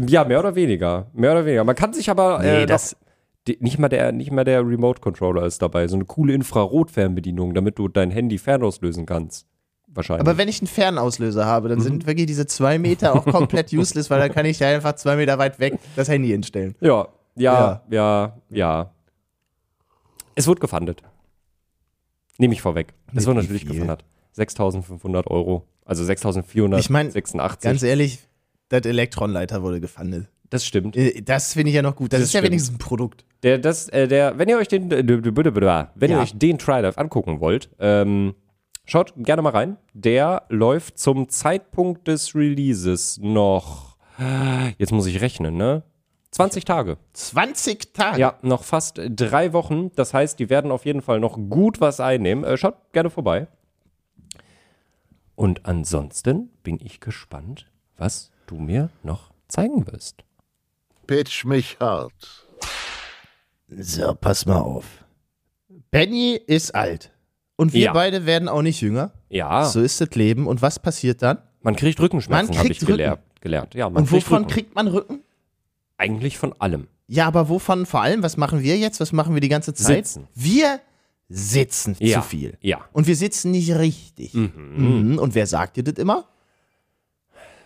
ja, mehr oder weniger. Mehr oder weniger. Man kann sich aber. Nee, äh, das- doch- die, nicht mal der, nicht mal der Remote-Controller ist dabei. So eine coole Infrarot-Fernbedienung, damit du dein Handy fernauslösen kannst. Wahrscheinlich. Aber wenn ich einen Fernauslöser habe, dann sind wirklich diese zwei Meter auch komplett useless, weil dann kann ich da einfach zwei Meter weit weg das Handy hinstellen. Ja, ja, ja, ja. Es wurde gefundet. Nehme ich vorweg. Es wurde wie natürlich viel? gefundet. 6.500 Euro. Also 6.486. Ich mein, Ganz das ehrlich, das Elektronleiter wurde gefundet. stimmt. Äh, Das finde ich ja noch gut. Das, Das ist ja stimmt. wenigstens ein Produkt. Der, das, äh, der, wenn ihr euch den, wenn ihr Ja. euch den Tri-Live angucken wollt, ähm, schaut gerne mal rein. Der läuft zum Zeitpunkt des Releases noch, äh, jetzt muss ich rechnen, ne? 20 Tage. 20 Tage. Ja, noch fast drei Wochen. Das heißt, die werden auf jeden Fall noch gut was einnehmen. Äh, schaut gerne vorbei. Und ansonsten bin ich gespannt, was du mir noch zeigen wirst. Pitch mich hart. So, pass mal auf. Benny ist alt. Und wir Ja. Ah. beide werden auch nicht jünger. Ja, So ist das Leben. Und was passiert dann? man kriegt Rückenschmerzen, Man habe kriegt ich gelehrt. gelernt. Ja, man Und wovon Rücken. kriegt man Rücken? Eigentlich von allem. Ja, aber wovon vor allem? Was machen wir jetzt? Was machen wir die ganze Zeit? Sitzen. Wir sitzen Ja. zu viel. Ja, Und wir sitzen nicht richtig. Mhm. Und wer sagt dir das immer?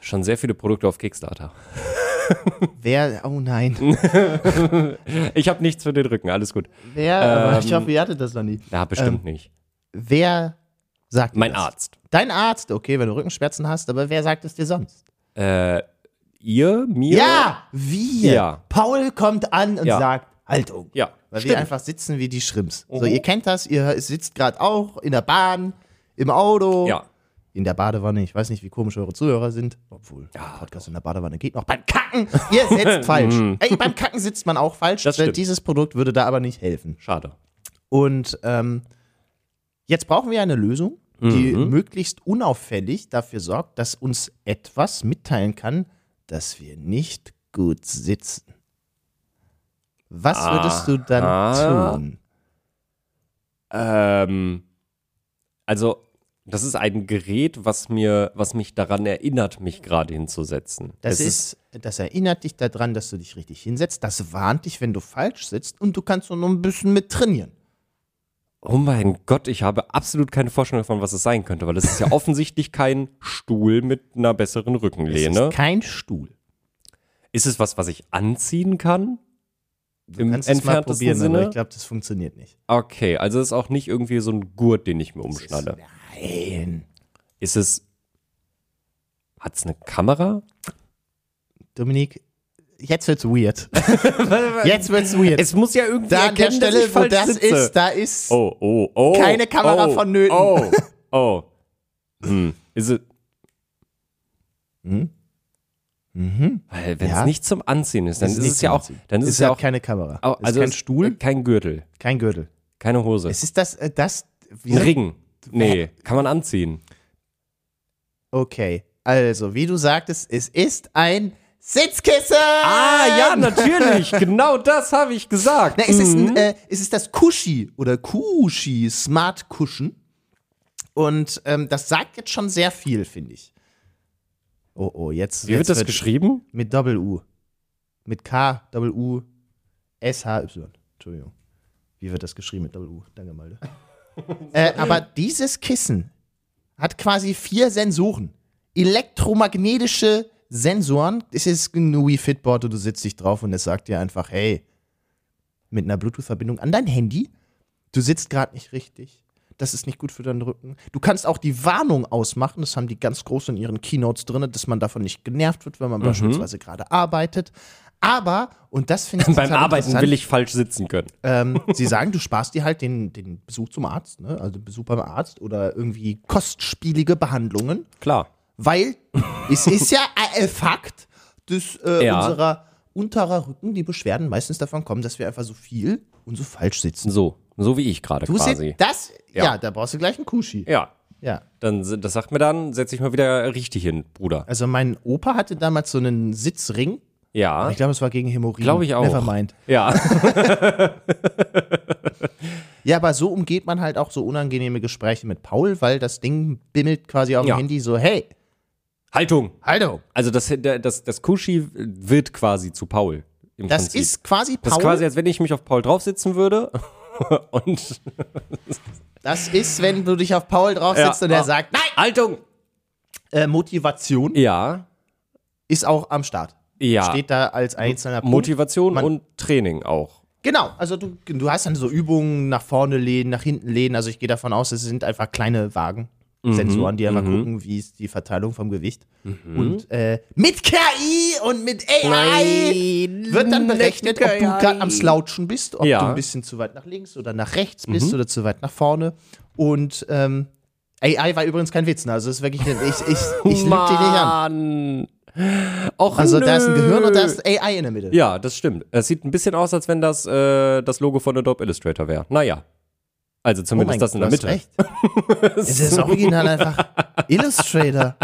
schon sehr viele Produkte auf Kickstarter. Wer, oh nein. Ich habe nichts für den Rücken, alles gut. Wer, Ähm. ich hoffe, ihr hattet das noch nie. Ja, bestimmt nicht. Wer sagt dir Mein das? Arzt. Dein Arzt, okay, wenn du Rückenschmerzen hast, aber wer sagt es dir sonst? Äh, ihr, mir. Ja, wir. Ja. Paul kommt an und Ja. sagt Haltung. Ja, Weil wir stimmt. Mhm. einfach sitzen wie die Schrimps. So, ihr kennt das, ihr sitzt gerade auch in der Bahn, im Auto, Ja. in der Badewanne. Ich weiß nicht, wie komisch eure Zuhörer sind. Obwohl, Podcast in der Badewanne geht noch. Beim Kacken, ihr sitzt falsch. Ey, beim Kacken sitzt man auch falsch. Mhm. Äh, Das stimmt. Dieses Produkt würde da aber nicht helfen. Schade. Und ähm, jetzt brauchen wir eine Lösung, die Mhm. möglichst unauffällig dafür sorgt, dass uns etwas mitteilen kann, dass wir nicht gut sitzen. Was würdest du dann Aha. tun? Ähm, also, das ist ein Gerät, was mir, was mich daran erinnert, mich gerade hinzusetzen. Das Es ist, das erinnert dich daran, dass du dich richtig hinsetzt. Das warnt dich, wenn du falsch sitzt und du kannst nur noch ein bisschen mit trainieren. Oh mein Gott, ich habe absolut keine Vorstellung davon, was es sein könnte, weil das ist ja offensichtlich kein Stuhl mit einer besseren Es Rückenlehne. ist kein Stuhl. Ist es was, was ich anziehen kann? Du Im kannst es mal entferntesten probieren, aber Sinne? ich glaube, das funktioniert nicht. Okay, also es ist auch nicht irgendwie so ein Gurt, den ich mir umschnalle. Nein. Ist es. Hat es eine Kamera? Dominik, jetzt wird's weird. jetzt wird's weird. Es muss ja irgendwie da an der erkennen, dass ich Stelle, wo falsch das sitze. ist, da ist. oh, oh, oh. Keine Kamera oh, vonnöten. Oh, oh. Hm. Ist es. Hm? Weil, wenn Ja. es nicht zum Anziehen Mhm. ist, dann ist, nicht es ja zum auch. Anziehen. Dann ist es, es ja hat auch. keine Kamera. au- also es ist kein es- äh, Stuhl, Kein Gürtel. kein Gürtel. Keine Hose. Es ist das, äh, das. wie Ein sagt- Ring. Nee, kann man anziehen. Okay. Also, wie du sagtest, es ist ein Sitzkissen! Ah, ja, natürlich. genau das habe ich gesagt. Mhm. Na, es, ist ein, äh, es ist das Kushi oder Kushi Smart Cushion. Und ähm, das sagt jetzt schon sehr viel, finde ich. Oh, oh, jetzt. Wie jetzt wird das wird's- geschrieben? Mit Doppel-U. Mit K, Doppel-U, S-H-Y. Entschuldigung. Wie wird das geschrieben mit Doppel-U? Danke, Malde. äh, aber dieses Kissen hat quasi vier Sensoren. Elektromagnetische Sensoren. Es ist ein Wii-Fitboard und du sitzt dich drauf und es sagt dir einfach, hey, mit einer Bluetooth-Verbindung an dein Handy, du sitzt gerade nicht richtig. Das ist nicht gut für deinen Rücken. Du kannst auch die Warnung ausmachen, das haben die ganz groß in ihren Keynotes drin, dass man davon nicht genervt wird, wenn Mhm. man beispielsweise gerade arbeitet. Aber, und das finde ich Beim total Arbeiten interessant, will ich falsch sitzen können. ähm, sie sagen, du sparst dir halt den, den Besuch zum Arzt, ne? also Besuch beim Arzt oder irgendwie kostspielige Behandlungen, Klar. weil es ist ja ein Fakt, dass äh, Ja. unserer unterer Rücken die Beschwerden meistens davon kommen, dass wir einfach so viel und so falsch sitzen. So, so wie ich gerade Du quasi. sitzt das, ja. Ja. da brauchst du gleich einen Kushi. Ja, Ja. dann si- das sagt mir dann, setze ich mal wieder richtig hin, Bruder. Also mein Opa hatte damals so einen Sitzring. Ja, Äh, Ich glaube, es war gegen Hämorrhoiden. glaube ich auch. Nevermind. Ja, Ja, aber so umgeht man halt auch so unangenehme Gespräche mit Paul, weil das Ding bimmelt quasi auf Ja. dem Handy so, hey, Haltung. Hallo. Also das, das, das Kushi wird quasi zu Paul. Im Das Prinzip. ist quasi Paul. Das ist quasi, als wenn ich mich auf Paul draufsitzen würde und wenn du dich auf Paul draufsetzt Ja. und er Ah. sagt, nein. Haltung. Äh, Motivation Ja, ist auch am Start. ja. Steht da als einzelner Punkt. Motivation Man- und Training auch. Genau, also du, du hast dann so Übungen nach vorne lehnen, nach hinten lehnen. Also ich gehe davon aus, es sind einfach kleine Wagen. Mhm, Sensoren, die einfach gucken, wie ist die Verteilung vom Gewicht. Mhm. Und äh, mit KI und mit AI wird dann berechnet, ob du gerade am Slouchen bist, ob Ja. Mhm. du ein bisschen zu weit nach links oder nach rechts bist oder zu weit nach vorne. Und ähm, AI war übrigens kein Witz, ne? also es ist wirklich, ich, ich, ich lüge dich nicht an. Mann. Och, Also da ist ein nö. Gehirn und da ist AI in der Mitte. Ja, das stimmt. Es sieht ein bisschen aus, als wenn das äh, das Logo von Adobe Illustrator wäre. Naja. Also Oh zumindest mein das in der Gott, Mitte. du hast Recht. es ist original einfach Illustrator.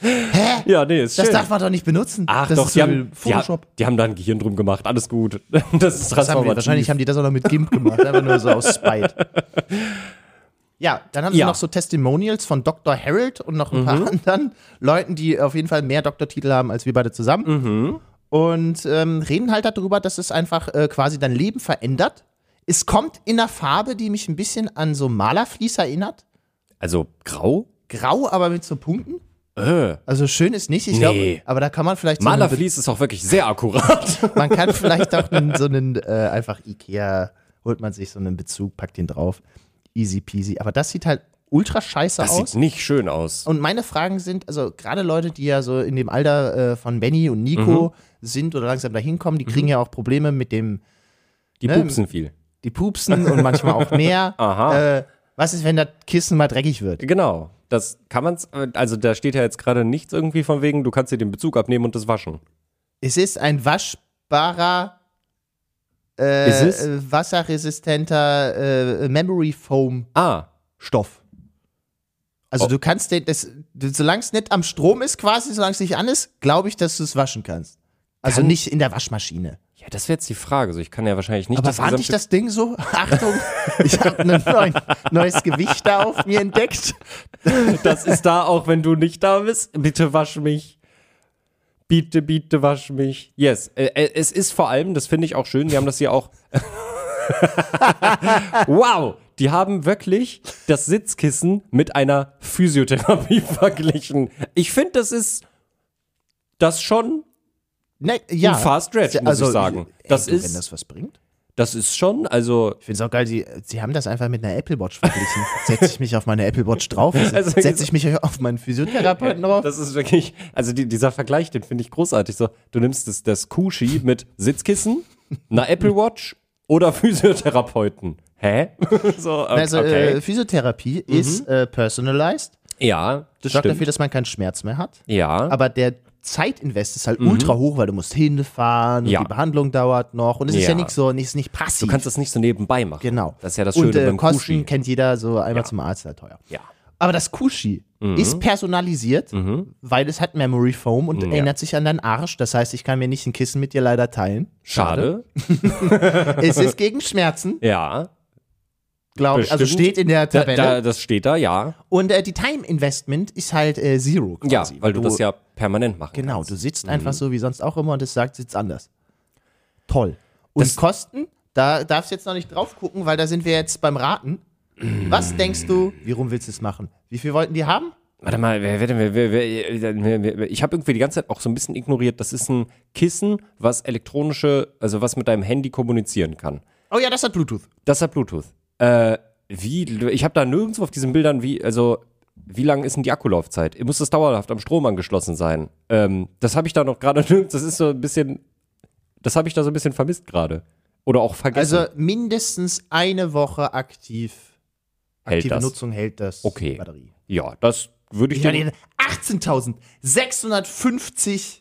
Hä? Ja, nee, ist das schön. darf man doch nicht benutzen. Ach das doch, ist so die haben, wie die, haben, Photoshop. die haben da ein Gehirn drum gemacht. Alles gut. Das ist das haben die, transformativ. wahrscheinlich haben die das auch noch mit GIMP gemacht, einfach nur so aus Spite. Ja, dann haben sie Ja. Mhm. noch so Testimonials von Dr. Harold und noch ein paar anderen Leuten, die auf jeden Fall mehr Doktortitel haben als wir beide zusammen. Mhm. Und ähm, reden halt darüber, dass es einfach äh, quasi dein Leben verändert. Es kommt in einer Farbe, die mich ein bisschen an so Malerflies erinnert. also grau? grau, aber mit so Punkten. Äh. Also schön ist nicht, ich Nee. glaube, aber da kann man vielleicht so einen, Malerflies ist auch wirklich sehr akkurat. Be- man kann vielleicht auch einen, so einen äh, einfach Ikea holt man sich so einen Bezug, packt den drauf, easy peasy. Aber das sieht halt ultra scheiße Das aus. Oh, sieht nicht schön aus. Und meine Fragen sind, also gerade Leute, die ja so in dem Alter äh, von Benny und Nico Mhm. sind oder langsam dahin kommen, die kriegen ja auch Probleme mit dem, Die ne, pupsen viel. die pupsen und manchmal auch mehr. Aha. Äh, was ist, wenn das Kissen mal dreckig wird? Genau. Das kann man's, äh, also da steht ja jetzt gerade nichts irgendwie von wegen, du kannst dir den Bezug abnehmen und das waschen. Es ist ein waschbarer, äh, Ist es? äh, wasserresistenter äh, Memory Foam Ah, Stoff. Also Oh. du kannst den, das, du- solange es nicht am Strom ist quasi, solange es nicht an ist, glaube ich, dass du es waschen kannst. Also Kann- nicht in der Waschmaschine. ja, das wäre jetzt die Frage. So, ich kann ja wahrscheinlich nicht Aber das war nicht gesamte- das Ding so? Achtung, ich habe ein neuen, neues Gewicht da auf mir entdeckt. Das ist da, auch wenn du nicht da bist. Bitte wasch mich. Bitte, bitte wasch mich. Yes. Äh, äh, es ist vor allem, das finde ich auch schön, die haben das hier auch. wow! Die haben wirklich das Sitzkissen mit einer Physiotherapie verglichen. Ich finde, das ist das schon, Ne, ja. Also, Ein Fast Stretch, muss ich sagen. Ey, Das du, ist- wenn das was bringt. das ist schon, also Ich finde es auch geil, sie, sie haben das einfach mit einer Apple Watch verglichen. Setze ich mich auf meine Apple Watch drauf? Also- Setze ich mich auf meinen Physiotherapeuten drauf? Das ist wirklich, also die, dieser Vergleich, den finde ich großartig. So, du nimmst das, das Kushi mit Sitzkissen, einer Apple Watch oder Physiotherapeuten. Hä? so, okay. Also äh, Physiotherapie ist äh, personalized. ja, das Sorgt stimmt. dafür, dass man keinen Schmerz mehr hat. ja, Aber der Zeitinvest ist halt ultra hoch, weil du musst hinfahren Mhm. Ja. und die Behandlung dauert noch. Und es ist Ja. ja nicht so, nicht, nicht passiv. du kannst das nicht so nebenbei machen. genau. Das ist ja das Schöne und, äh, beim Kosten Kushi. kennt jeder so einmal zum Arzt, halt teuer. Ja. Aber das Kushi Mhm. ist personalisiert, weil es hat Memory Foam und erinnert sich an deinen Arsch. Das heißt, ich kann mir nicht ein Kissen mit dir leider teilen. Schade. es ist gegen Schmerzen, Ja. glaube ich. Also bestimmt. steht in der Da, Tabelle. da, das steht da, ja. Und äh, die Time Investment ist halt äh, Zero. Ja, Quasi, weil du das ja Mhm. permanent machen Genau, kannst. du sitzt einfach so wie sonst auch immer und es sagt, sitzt anders. Toll. Und Kosten, da darfst du jetzt noch nicht drauf gucken, weil da sind wir jetzt beim Raten. Was denkst du, wie rum willst du es machen? Wie viel wollten die haben? Warte mal, wer, wer, wer, wer, wer, wer, wer, ich habe irgendwie die ganze Zeit auch so ein bisschen ignoriert. Das ist ein Kissen, was elektronische, also was mit deinem Handy kommunizieren kann. Oh ja, das hat Bluetooth. Das hat Bluetooth. Äh, wie, ich habe da nirgendwo auf diesen Bildern, wie, also, wie lang ist denn die Akkulaufzeit? Muss das dauerhaft am Strom angeschlossen sein? Ähm, das habe ich da noch gerade nirgends, das ist so ein bisschen, das habe ich da so ein bisschen vermisst gerade. Oder auch vergessen. Also mindestens eine Woche aktiv. Hält Aktive das. Nutzung hält das. Okay. Batterie. ja, das würde ich Ich dir. hatte 18.650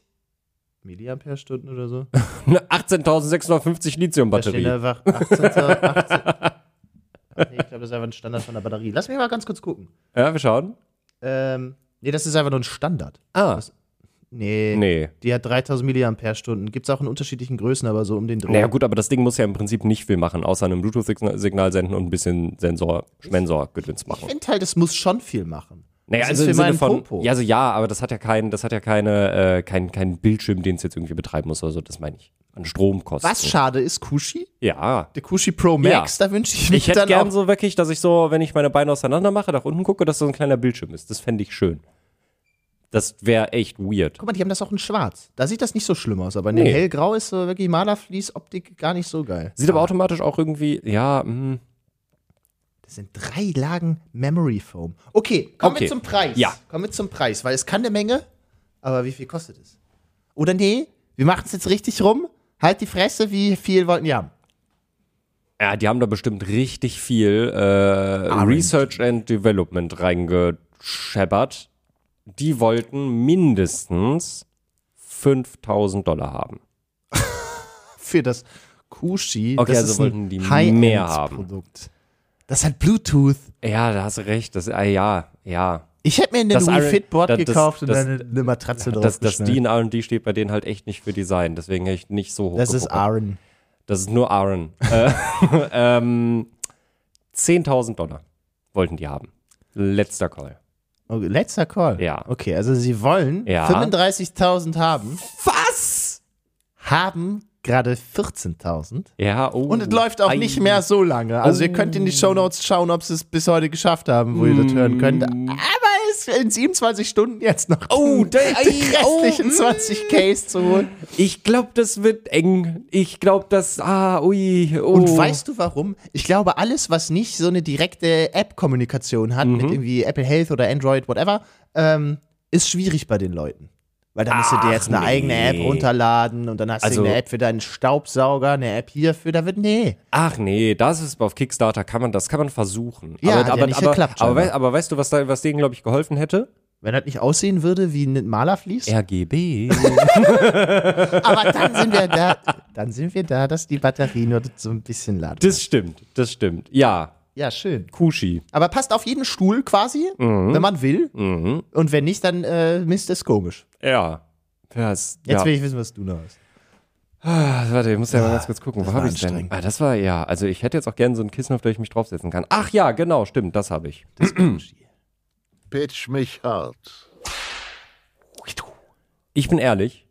Milliampere-Stunden oder so. 18.650 Da steht Lithium-Batterie. einfach 18. 18. Ach nee, ich glaube, das ist einfach ein Standard von der Batterie. Lass mich mal ganz kurz gucken. Ja, wir schauen. Ähm, nee, das ist einfach nur ein Standard. Ah, Nee. nee. Die hat 3000 Milliampere-Stunden. Gibt es auch in unterschiedlichen Größen, aber so um den Dreh. Naja, gut, aber das Ding muss ja im Prinzip nicht viel machen, außer einem Bluetooth-Signal senden und ein bisschen Sensor, Schmensor-Gedöns Ich machen. finde halt, es muss schon viel machen. Naja, Das also ist im für Sinne meinen von, Popo. ja, also ja, aber das hat ja keinen, das hat ja keine, äh, kein, kein Bildschirm, den es jetzt irgendwie betreiben muss oder so, das meine ich. An Stromkosten. Was schade ist, Kushi, Ja. der Kushi Pro Max, da wünsche ich mich Ich hätte dann gern auch. so wirklich, dass ich so, wenn ich meine Beine auseinander mache, nach unten gucke, dass so ein kleiner Bildschirm ist. Das fände ich schön. Das wäre echt weird. Guck mal, die haben das auch in schwarz. Da sieht das nicht so schlimm aus, aber in dem Nee. hellgrau ist so wirklich Malerfließoptik gar nicht so geil. Sieht aber automatisch auch irgendwie, ja, hm, mh, Das sind drei Lagen Memory Foam. Okay, kommen Okay. wir zum Preis. Ja. Kommen wir zum Preis, weil es kann eine Menge, aber wie viel kostet es? Oder nee, wir machen es jetzt richtig rum. Halt die Fresse, wie viel wollten die haben? ja, die haben da bestimmt richtig viel äh, Research and Development reingescheppert. Die wollten mindestens 5000 Dollar haben. Für das Kushi. Okay, das also ist wollten ein die High-End mehr haben. Produkt. Das hat Bluetooth. Ja, da hast du recht. Das, ah, ja, ja. Ich hätte mir eine Das Wii Iron- Fitboard das- das- gekauft und das- dann eine, eine Matratze drauf. Das, das D in RD steht bei denen halt echt nicht für Design. Deswegen hätte ich nicht so hoch. das ist geguckt. Aaron. Das ist nur Aaron. äh, ähm, 10.000 Dollar wollten die haben. Letzter Call. Okay, Oh, letzter Call. Ja. Okay, also sie wollen Ja. 35.000 haben, Was? haben gerade 14.000. Ja, oh. Und es läuft auch ei. nicht mehr so Oh. Mm. lange. Also ihr könnt in die Shownotes schauen, ob sie es bis heute geschafft haben, wo ihr das hören könnt. Aber ist in 27 Stunden jetzt noch Oh, da- ei, die oh, restlichen mm. 20 Ks zu holen. Ich glaube, das wird eng. Ich glaube, das. Ah, ui. Oh. Und weißt du warum? Ich glaube, alles, was nicht so eine direkte App-Kommunikation hat, Mhm. mit irgendwie Apple Health oder Android, whatever, ähm, ist schwierig bei den Leuten. Weil da musst du dir Ach, jetzt eine eigene nee. App runterladen und dann hast Also- du eine App für deinen Staubsauger, eine App hierfür, da wird, nee. Ach nee, das ist auf Kickstarter kann man das kann man versuchen. Ja, aber, hat ja aber, nicht aber, geklappt, aber, scheinbar. wei- aber weißt du, was da, was denen glaube ich geholfen hätte? Wenn das nicht aussehen würde wie ein Malerflies, RGB. aber dann sind wir da, dann sind wir da, dass die Batterie nur so ein bisschen laden. das stimmt, das stimmt. Ja, ja, schön. Kushi. Aber passt auf jeden Stuhl quasi, Mhm. wenn man will. Und wenn nicht, dann äh, Mist ist komisch. Ja. Das, Jetzt ja. will ich wissen, was du noch hast. Ah, Warte, ich muss ja mal ganz kurz gucken, wo war habe ich denn? anstrengend. Ah, das war ja, also ich hätte jetzt auch gerne so ein Kissen, auf das ich mich draufsetzen kann. Ach ja, genau, stimmt, das habe ich. Pitch mich hart. Ich bin ehrlich,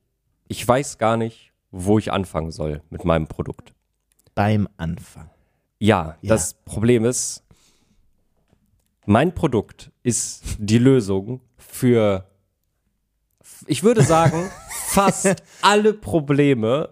ich weiß gar nicht, wo ich anfangen soll mit meinem Produkt. Beim Anfang. Ja, Ja. das Problem ist, mein Produkt ist die Lösung für, ich würde sagen, fast alle Probleme,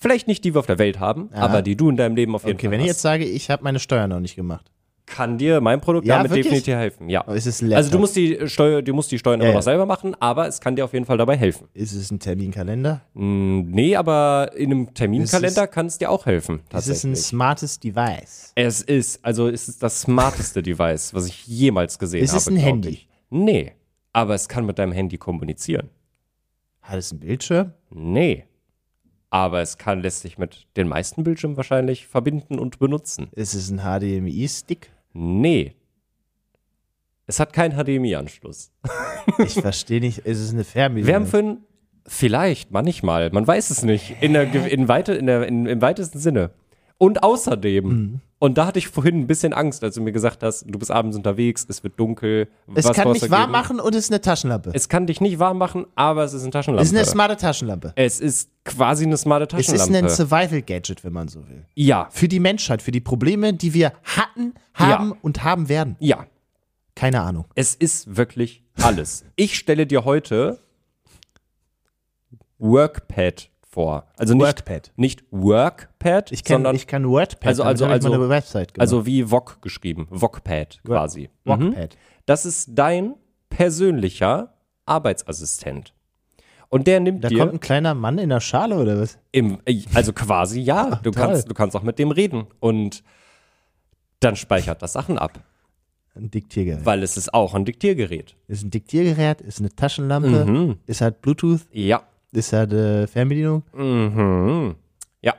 vielleicht nicht die wir auf der Welt haben, aber die du in deinem Leben auf jeden Okay, Fall wenn ich hast. jetzt sage, ich habe meine Steuern noch nicht gemacht. kann dir mein Produkt Ja, damit wirklich? definitiv helfen. Ja. Aber es ist ein also du Laptop. musst die Steuer, du musst die Steuern Ja, immer ja. noch selber machen, aber es kann dir auf jeden Fall dabei helfen. Ist es ein Terminkalender? Hm, Nee, aber in einem Terminkalender Es kann es dir auch helfen. Ist es Tatsächlich. ein smartes Device? es ist, also es ist das smarteste Device, was ich jemals gesehen Ist habe. es ein glaub Handy? Ich. Nee, aber es kann mit deinem Handy kommunizieren. Hat es einen Bildschirm? Nee. Aber es kann, lässt sich mit den meisten Bildschirmen wahrscheinlich verbinden und benutzen. Ist es ein HDMI-Stick? Nee. Es hat keinen HDMI-Anschluss. Ich verstehe nicht. Ist es eine Fernbedienung? Wärmfön vielleicht, manchmal, man weiß es nicht, in der, ge- in weite, in der, in, im weitesten Sinne. Und außerdem, Mhm. und da hatte ich vorhin ein bisschen Angst, als du mir gesagt hast, du bist abends unterwegs, es wird dunkel. es was kann brauchst du mich warm geben? machen und es ist eine Taschenlampe. Es Es kann dich nicht warm machen, aber es ist eine Taschenlampe. ist eine smarte Taschenlampe. es ist quasi eine smarte Es ist Taschenlampe. ein Survival-Gadget, wenn man so will. ja, Für die Menschheit, für die Probleme, die wir hatten, haben Ja. und haben werden. ja. Keine Ahnung. Es ist wirklich alles. ich stelle dir heute Workpad vor. Also nicht, Workpad. Nicht Workpad, Ich kann, sondern ich genau. kann WordPad. Also- damit also- habe ich mal also- eine Website gemacht. Also wie VOG geschrieben, VOGpad quasi. Mhm. Walkpad. Das ist dein persönlicher Arbeitsassistent. Und der nimmt Da dir kommt ein kleiner Mann in der Schale oder was? im, also quasi ja, du toll. kannst, du kannst auch mit dem reden und dann speichert das Sachen ab, Ein Diktiergerät. weil es ist auch ein Diktiergerät. Ist ein Diktiergerät, ist eine Taschenlampe, Mhm. ist halt Bluetooth, Ja. ist halt äh, Fernbedienung. Mhm. Ja.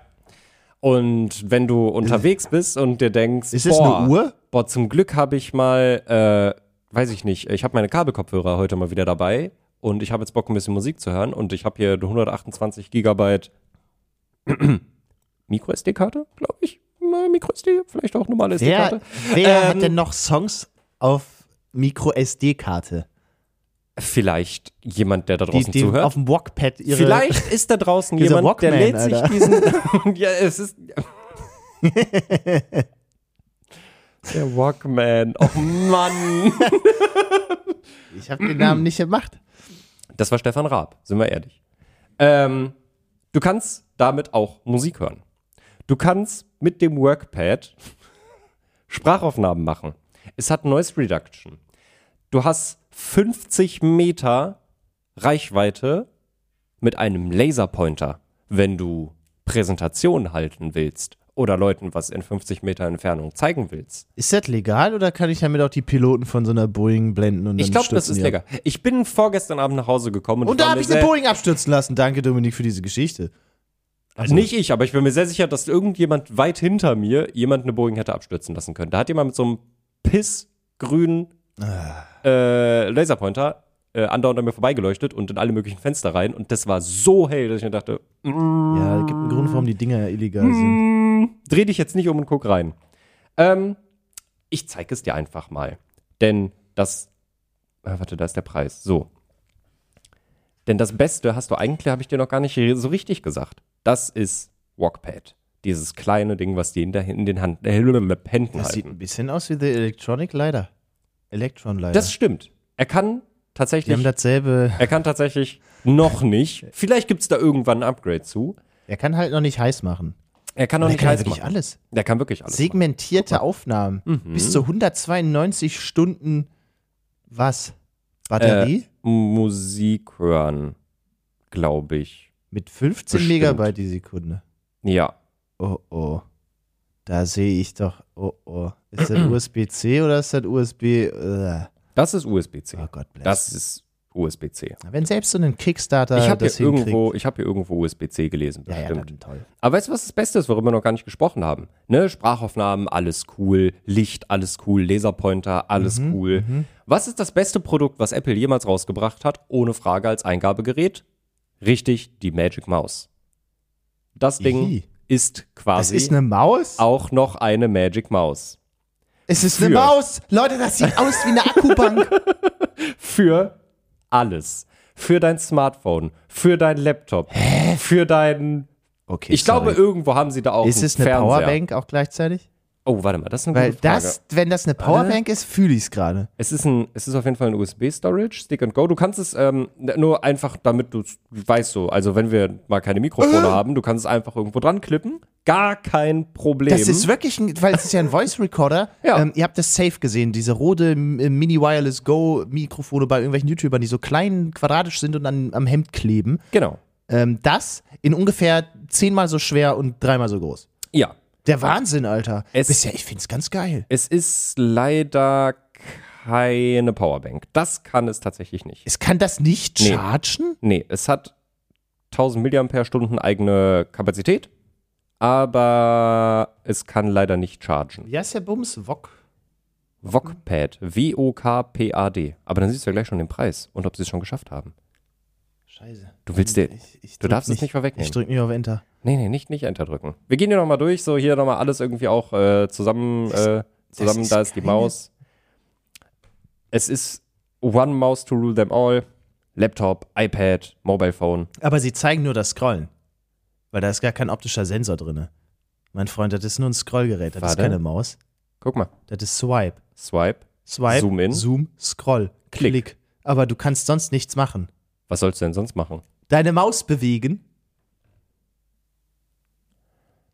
Und wenn du unterwegs bist und dir denkst, Ist es boah, eine Uhr? Boah, zum Glück habe ich mal, äh, weiß ich nicht, ich habe meine Kabelkopfhörer heute mal wieder dabei und ich habe jetzt Bock, ein bisschen Musik zu hören und ich habe hier eine 128 Gigabyte MicroSD-Karte, glaube ich. Äh, MicroSD, vielleicht auch normale SD-Karte. Wer, wer Ähm, hat denn noch Songs auf Micro-SD-Karte? Vielleicht jemand, der da Die, draußen die zuhört. auf dem Walkpad ihre. Vielleicht ist da draußen Dieser jemand, der Walkman, lädt sich Alter. diesen. ja, es ist. der Walkman. Oh Mann. Ich habe den Namen nicht gemacht. Das war Stefan Raab, sind wir ehrlich. Ähm, du kannst damit auch Musik hören. Du kannst mit dem Workpad Sprachaufnahmen machen. Es hat Noise Reduction. Du hast 50 Meter Reichweite mit einem Laserpointer, wenn du Präsentationen halten willst oder Leuten was in 50 Meter Entfernung zeigen willst. Ist das legal oder kann ich damit auch die Piloten von so einer Boeing blenden und Ich dann glaube, das stürzen ist die lecker. ab? Ich bin vorgestern Abend nach Hause gekommen und, Und da war habe mir ich eine sehr- Boeing abstürzen lassen. Danke, Dominik, für diese Geschichte. Nicht ich, aber ich bin mir sehr sicher, dass irgendjemand weit hinter mir jemand eine Boeing hätte abstürzen lassen können. Da hat jemand mit so einem pissgrünen äh, Laserpointer äh, andauernd an mir vorbeigeleuchtet und in alle möglichen Fenster rein. Und das war so hell, dass ich mir dachte, Ja, es gibt einen Grund, warum die Dinger ja illegal Mm. sind. dreh dich jetzt nicht um und guck rein. Ähm, ich zeige es dir einfach mal. Denn das. Ah, warte, da ist der Preis. So. Denn das Beste hast du eigentlich, habe ich dir noch gar nicht so richtig gesagt. Das ist Walkpad. Dieses kleine Ding, was die in, der, in den Hand, äh, Händen Das sieht ein halten. bisschen aus wie The Electronic Leider. Electron leider. Das stimmt. Er kann die haben tatsächlich, dasselbe. er kann tatsächlich noch nicht. Vielleicht gibt's da irgendwann ein Upgrade zu. Er kann halt noch nicht heiß machen. Er kann noch Er nicht kann heiß wirklich machen. Mhm. alles. Der kann wirklich alles. machen. Segmentierte Aufnahmen. Bis zu 192 Stunden. Was? Äh, Batterie? Musik hören, glaube ich. Mit 15 bestimmt. Megabyte die Sekunde. Ja. Oh oh. Da sehe ich doch. Oh oh. Ist das USB-C oder ist das USB? Äh. Das ist USB-C. Oh Gott, bless. das ist USB-C. Wenn selbst so ein Kickstarter Ich habe Äh, das hier, irgendwo- hinkriegt. ich hab hier irgendwo USB-C gelesen, Ja, ja, bestimmt. dann toll. Aber weißt du, was das Beste ist, worüber wir noch gar nicht gesprochen haben? Ne? Sprachaufnahmen, alles cool, Licht, alles cool, Laserpointer, alles Mhm, cool. Was ist das beste Produkt, was Apple jemals rausgebracht hat, ohne Frage als Eingabegerät? Richtig, die Magic Mouse. Das Ding Ihi. ist Das quasi ist eine Maus? auch noch eine Magic Mouse. Es ist für- eine Maus! Leute, das sieht aus wie eine Akkubank. Für alles. Für dein Smartphone, für dein Laptop, für dein. Okay, Ich glaube, irgendwo haben sie da auch ist einen es eine Fernseher. Powerbank auch gleichzeitig? Oh, warte mal, das ist eine Weil gute Frage. Äh? das, wenn das eine Powerbank ist, fühle ich es gerade. Es ist, ein, es ist auf jeden Fall ein USB-Storage, Stick and Go. Du kannst es ähm, nur einfach, damit du weißt so, also wenn wir mal keine Mikrofone Äh? haben, du kannst es einfach irgendwo dran klippen. Gar kein Problem. Das ist wirklich, ein, weil es ist ja ein Voice Recorder. Ja. Ähm, ihr habt das safe gesehen, diese rote äh, Mini Wireless Go Mikrofone bei irgendwelchen YouTubern, die so klein quadratisch sind und an, am Hemd kleben. genau. Ähm, das in ungefähr zehnmal so schwer und dreimal so groß. Ja. Der Wahnsinn, Alter. Es- Bisher, ich find's ganz geil. Es ist leider keine Powerbank. Das kann es tatsächlich nicht. Es kann das nicht Nee. chargen? Nee, es hat 1000 mAh eigene Kapazität, aber es kann leider nicht chargen. Ja, ist der Bums, Wok. Wokpad, W-O-K-P-A-D. Aber dann siehst du ja gleich schon den Preis und ob sie es schon geschafft haben. Scheiße. Du willst dir. Ich- ich du drück darfst es nicht Ich vorwegnehmen. drück nicht auf Enter. Nee, nee, nicht, nicht Enter drücken. Wir gehen hier nochmal durch, so hier nochmal alles irgendwie auch äh, zusammen. Äh, zusammen, ist da ist die keine- Maus. Es ist One Mouse to rule them all. Laptop, iPad, Mobile Phone. Aber sie zeigen nur das Scrollen. Weil da ist gar kein optischer Sensor drin. Mein Freund, das ist nur ein Scrollgerät. Das ist Warte. keine Maus. Guck mal. Das ist Swipe. Swipe. Swipe, Zoom in. Zoom, Scroll, Klick. Klick. Aber du kannst sonst nichts machen. Was sollst du denn sonst machen? Deine Maus bewegen.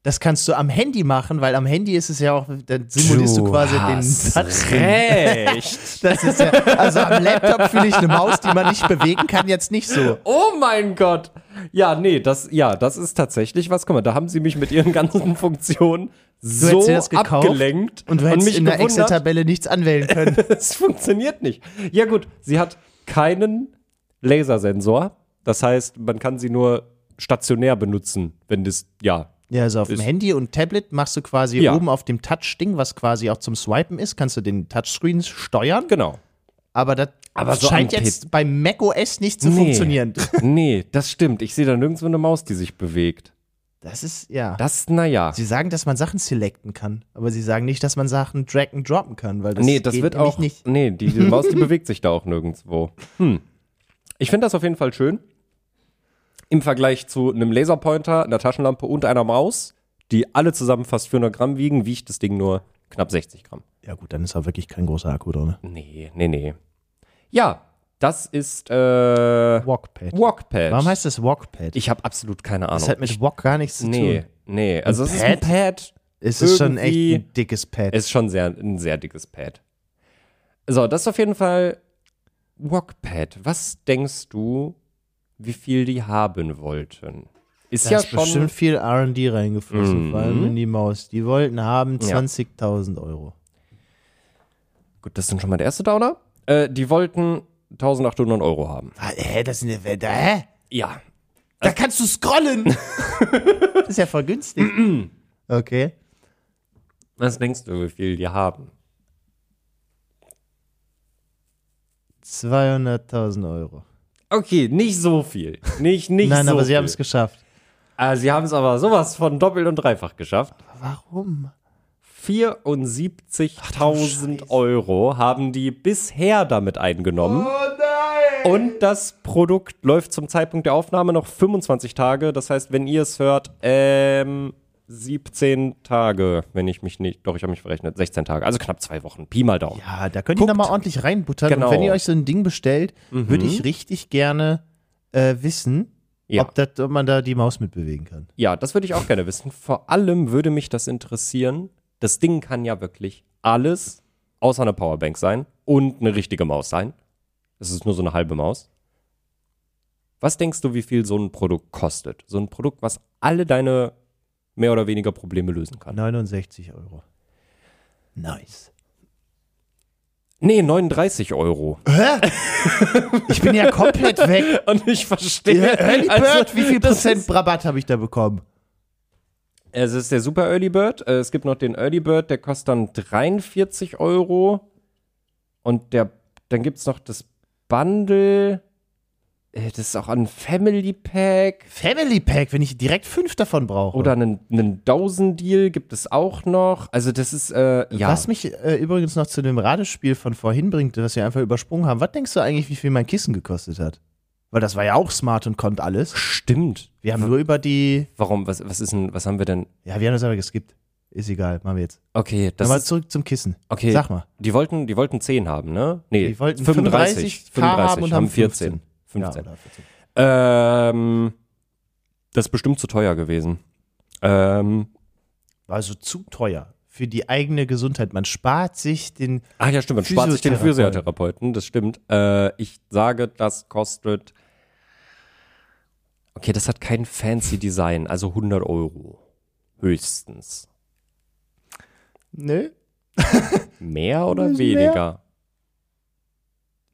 Das kannst du am Handy machen, weil am Handy ist es ja auch, dann simulierst du, quasi den Touchscreen. Recht. Das ist ja, also am Laptop finde ich eine Maus, die man nicht bewegen kann, jetzt nicht so. Oh mein Gott. Ja, nee, das, ja, das ist tatsächlich was. Guck mal, da haben sie mich mit ihren ganzen Funktionen so hättest dir das gekauft abgelenkt Und du hättest mich in der gewundert, Excel-Tabelle nichts anwählen können. Es funktioniert nicht. Ja, gut, sie hat keinen Lasersensor. Das heißt, man kann sie nur stationär benutzen, wenn das, ja. Ja, also auf dem Ist- Handy und Tablet machst du quasi Ja. oben auf dem Touch-Ding, was quasi auch zum Swipen ist, kannst du den Touchscreen steuern. Genau. Aber das Aber so scheint am Pit- jetzt bei macOS nicht zu Nee. funktionieren. Nee, das stimmt. Ich sehe da nirgendwo eine Maus, die sich bewegt. Das ist, ja. Das, naja. sie sagen, dass man Sachen selecten kann, aber sie sagen nicht, dass man Sachen drag and droppen kann, weil das, Nee, das geht wird nämlich auch. nicht. Nee, die, die Maus, die bewegt sich da auch nirgendwo. Hm. Ich finde das auf jeden Fall schön. Im Vergleich zu einem Laserpointer, einer Taschenlampe und einer Maus, die alle zusammen fast 400 Gramm wiegen, wiegt das Ding nur knapp 60 Gramm. Ja gut, dann ist da wirklich kein großer Akku ne? drin. Nee, nee, nee. Ja, das ist äh, Walkpad. Walkpad. Warum heißt das Walkpad? Ich habe absolut keine Ahnung. das hat mit Walk gar nichts zu nee, tun. nee. Also es ist ein Pad? Pad. Es ist schon echt Irgendwie- ein dickes Pad. Es ist schon sehr, ein sehr dickes Pad. So, das ist auf jeden Fall Walkpad. Was denkst du, wie viel die haben wollten? Ist Da ja ist schon bestimmt viel R&D reingeflossen, vor allem in die Maus. Die wollten haben Ja. 20.000 Euro. gut. Das sind schon mal der erste Downer. Äh, die wollten 1800 Euro haben. Ah, hä, das sind ja, da, hä? Ja, Da kannst du scrollen! das ist ja voll günstig. okay. was denkst du, wie viel die haben? 200.000 Euro. Okay, nicht so viel. Nicht, nicht Nein, so aber sie viel. haben es geschafft. Ah, sie haben es aber sowas von doppelt und dreifach geschafft. Warum? 74.000 Euro haben die bisher damit eingenommen. Und das Produkt läuft zum Zeitpunkt der Aufnahme noch 25 Tage. Das heißt, wenn ihr es hört, ähm, 17 Tage, wenn ich mich nicht, doch, ich habe mich verrechnet, 16 Tage, also knapp zwei Wochen, Pi mal Daumen. Ja, da könnt ihr Guckt. nochmal ordentlich reinbuttern. Genau. Und wenn ihr euch so ein Ding bestellt, würde ich richtig gerne äh, wissen, Ja. ob, dat, ob man da die Maus mitbewegen kann. Ja, das würde ich auch gerne wissen. Vor allem würde mich das interessieren, das Ding kann ja wirklich alles außer eine Powerbank sein und eine richtige Maus sein. Es ist nur so eine halbe Maus. Was denkst du, wie viel so ein Produkt kostet? So ein Produkt, was alle deine mehr oder weniger Probleme lösen kann. 69 Euro. Nice. Nee, 39 Euro. Ich bin ja komplett weg. Und ich Äh, verstehe. Early Bird, also, wie viel das Prozent Rabatt habe ich da bekommen? Es ist der Super Early Bird. Äh, Es gibt noch den Early Bird, der kostet dann 43 Euro. Und der, dann gibt es noch das Bundle. Äh, Das ist auch ein Family Pack. Family Pack, wenn ich direkt fünf davon brauche. Oder einen, einen Deal gibt es auch noch. Also, das ist, äh, ja. Was mich äh, übrigens noch zu dem Radespiel von vorhin bringt, was wir einfach übersprungen haben. Was denkst du eigentlich, wie viel mein Kissen gekostet hat? Weil das war ja auch smart und konnte alles. Stimmt. Wir haben nur über die. Warum? Was, was ist denn, was haben wir denn? Ja, wir haben das aber geskippt. Ist egal, machen wir jetzt. Okay, das Aber ist, zurück zum Kissen. okay. Sag mal. Die wollten, die wollten 10 haben, ne? Nee, Die wollten 35. 35 K haben und haben 14. 15. 15. Ja, oder 14. Ähm, das ist bestimmt zu teuer gewesen. Ähm, War also zu teuer für die eigene Gesundheit. Man spart sich den. ach ja, stimmt, man spart sich den Physiotherapeuten. Physiotherapeuten, das stimmt. Äh, ich sage, das kostet. Okay, das hat kein fancy Design, also 100 Euro. Höchstens. Nö, Mehr Ein oder bisschen mehr? weniger?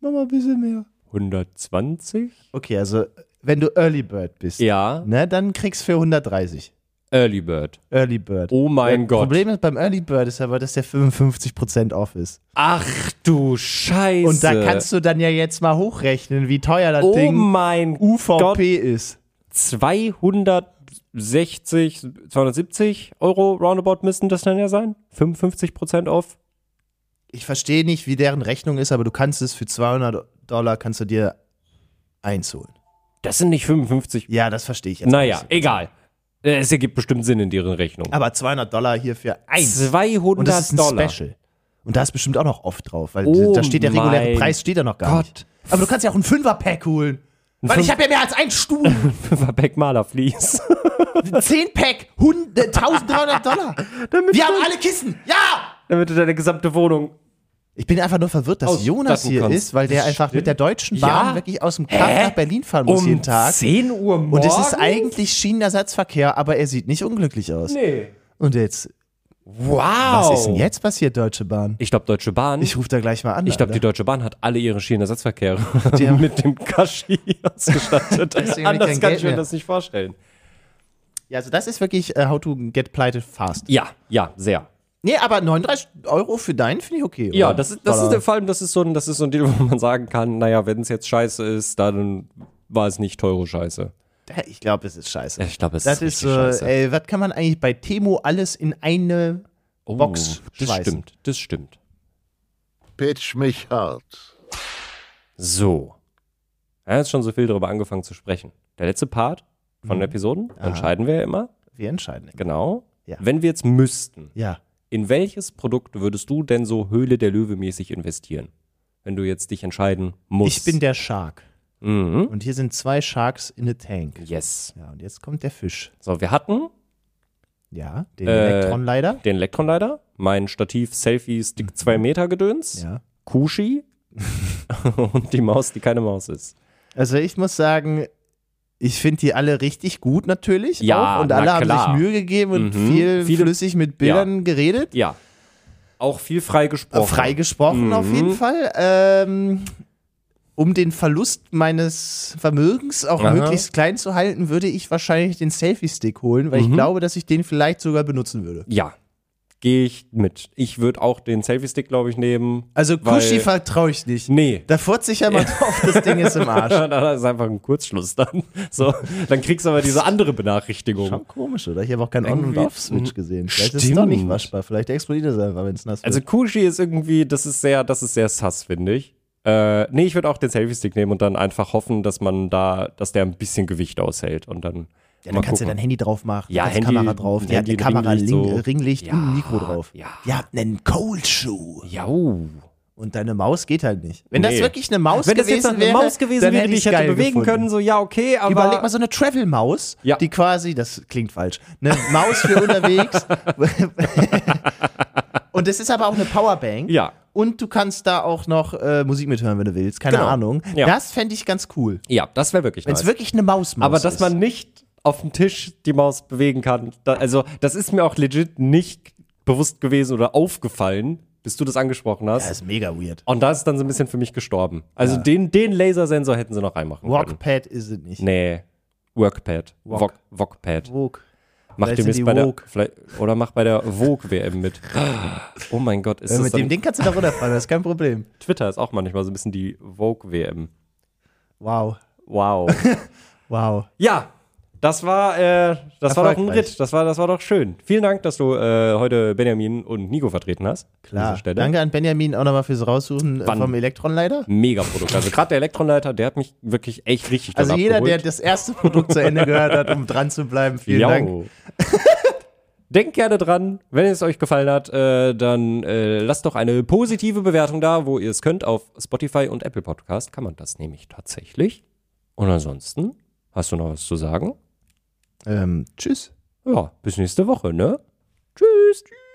mach mal ein bisschen mehr. 120? Okay, also wenn du Early Bird bist, Ja, ne, dann kriegst du für 130. Early Bird. Early Bird. Oh mein Gott. Problem ist beim Early Bird ist aber, dass der 55% off ist. Ach du Scheiße. Und da kannst du dann ja jetzt mal hochrechnen, wie teuer das Oh Ding mein UVP Gott. ist. 260, 270 Euro roundabout müssten das dann ja sein. 55 Prozent auf. Ich verstehe nicht, wie deren Rechnung ist, aber du kannst es für 200 Dollar kannst du dir eins holen. Das sind nicht 55. Ja, das verstehe ich jetzt. Naja, nicht. egal. Äh, Es ergibt bestimmt Sinn in deren Rechnung. Aber 200 Dollar hier für eins. 200 Und das ist ein Dollar. Special. Und da ist bestimmt auch noch oft drauf, weil Oh da steht der reguläre mein Preis steht da noch gar Gott. nicht. Aber du kannst ja auch ein Fünfer-Pack holen. Weil ich Fünf- habe ja mehr als ein Stuhl. Für Beck Maler Fleece. 10 Pack, 100, 1300 Dollar. Wir haben alle Kissen. Ja! Damit du deine gesamte Wohnung. Ich bin einfach nur verwirrt, dass Ausstatten Jonas hier kannst. ist, weil der einfach mit der Deutschen Bahn Ja? wirklich aus dem Kampf Hä? nach Berlin fahren muss um jeden Tag. 10 Uhr Und morgens. es ist eigentlich Schienenersatzverkehr, aber er sieht nicht unglücklich aus. Nee. Oh. Und jetzt, Wow. was ist denn jetzt passiert, Deutsche Bahn? Ich glaube, Deutsche Bahn. Ich rufe da gleich mal an. Ich glaube, die Alter. Deutsche Bahn hat alle ihre Schienenersatzverkehre Die haben- mit dem Kaschi ausgestattet. Deswegen hab ich Anders kein kann Geld ich mir mehr. das nicht vorstellen. ja, also das ist wirklich äh, how to get pleite fast. Ja, ja, sehr. Nee, aber 39 Euro für deinen finde ich okay. Ja, oder? das ist, das Dollar. ist vor allem, das ist so ein, das ist so ein Deal, wo man sagen kann, naja, wenn es jetzt scheiße ist, dann war es nicht teure Scheiße. Ich glaube, es ist scheiße. Ich glaube, es Das ist, ist, richtig äh, scheiße. ey, was kann man eigentlich bei Temo alles in eine Box Oh, das schmeißen? stimmt, das stimmt. Pitch mich hart. So. Er hat schon so viel darüber angefangen zu sprechen. Der letzte Part von Episoden entscheiden wir ja immer. Wir entscheiden. Genau. Ja. Wenn wir jetzt müssten, Ja. in welches Produkt würdest du denn so Höhle der Löwe mäßig investieren? Wenn du jetzt dich entscheiden musst. Ich bin der Shark. Mhm. Und hier sind zwei Sharks in a Tank. Yes. Ja, und jetzt kommt der Fisch. So, wir hatten Ja, den Äh, Elektron leider. den Elektronleiter, mein Stativ Selfie Stick 2 Meter Gedöns, Ja. Kushi und die Maus, die keine Maus ist. Also ich muss sagen, ich finde die alle richtig gut natürlich. Ja, auch. Und na alle haben klar. sich Mühe gegeben und Mhm. viel Viele- flüssig mit Bildern geredet. Ja. Auch viel frei gesprochen. Äh, Freigesprochen auf Mhm. jeden Fall. Ähm, um den Verlust meines Vermögens auch Aha. möglichst klein zu halten, würde ich wahrscheinlich den Selfie-Stick holen, weil ich glaube, dass ich den vielleicht sogar benutzen würde. Ja. Gehe ich mit. Ich würde auch den Selfie-Stick, glaube ich, nehmen. Also weil- Kushi vertraue ich nicht. Nee. Da furze ich ja mal drauf, das Ding ist im Arsch. Das ist einfach ein Kurzschluss dann. So, dann kriegst du aber diese andere Benachrichtigung. Schon komisch, oder? Ich habe auch keinen On- und Irgendwie- Off-Switch gesehen. Vielleicht ist es Stimmt. doch nicht waschbar. Vielleicht explodiert es einfach, wenn es nass Also wird. Kushi ist irgendwie, das ist sehr, das ist sehr sass, finde ich. Äh, nee, ich würde auch den Selfie-Stick nehmen und dann einfach hoffen, dass man da, dass der ein bisschen Gewicht aushält und dann Ja, dann Mal kannst du gucken. dein Handy drauf machen, Ja, kannst Handy, Kamera drauf, der hat eine Handy, Kamera, Ringlicht Ling, so. Ringlicht Ja, und ein Mikro drauf. ja. Ihr habt einen Cold Shoe. Jau. Und deine Maus geht halt nicht. Wenn das Nee. wirklich eine Maus Wenn das gewesen jetzt eine wäre, Maus gewesen dann wäre, die ich's ich hätte geil bewegen gefunden. können, so, ja, okay, aber. Überleg mal so eine Travel-Maus, Ja. die quasi, das klingt falsch, eine Maus für unterwegs. und das ist aber auch eine Powerbank. Ja. Und du kannst da auch noch äh, Musik mithören, wenn du willst. Keine Genau. Ahnung. Ja. Das fände ich ganz cool. ja, das wäre wirklich Wenn es nice. Also wirklich eine Maus-Maus Aber dass ist. man nicht auf dem Tisch die Maus bewegen kann, da, also das ist mir auch legit nicht bewusst gewesen oder aufgefallen, bis du das angesprochen hast. Das ist mega weird. Und da ist dann so ein bisschen für mich gestorben. Also den, den Lasersensor hätten sie noch reinmachen können. Walkpad ist es nicht. Nee. Workpad. Walk. Wok. Wokpad. Vogue. Macht Vielleicht ihr sind Mist die bei der, woke. vielleicht, oder macht bei der Vogue-WM mit. Oh mein Gott, ist Äh, das mit dann, dem Ding kannst du da runterfallen, das ist kein Problem. Twitter ist auch manchmal so ein bisschen die Vogue-WM. Wow. Wow. Wow. ja, das war, äh, das war doch ein Erfolgreich. Ritt. Das war, das war doch schön. Vielen Dank, dass du äh, heute Benjamin und Nico vertreten hast. an dieser Klar. Stelle. Danke an Benjamin auch nochmal fürs Raussuchen äh, Wann? vom Elektronleiter. Mega Produkt. Also gerade der Elektronleiter, der hat mich wirklich echt richtig doll Also jeder, der abgeholt. das erste Produkt zu Ende gehört hat, um dran zu bleiben, vielen Jau. Dank. Denkt gerne dran, wenn es euch gefallen hat, äh, dann äh, lasst doch eine positive Bewertung da, wo ihr es könnt. Auf Spotify und Apple Podcast kann man das nämlich tatsächlich. Und ansonsten, hast du noch was zu sagen? Ähm, tschüss. Ja, bis nächste Woche, ne? Tschüss. tschüss.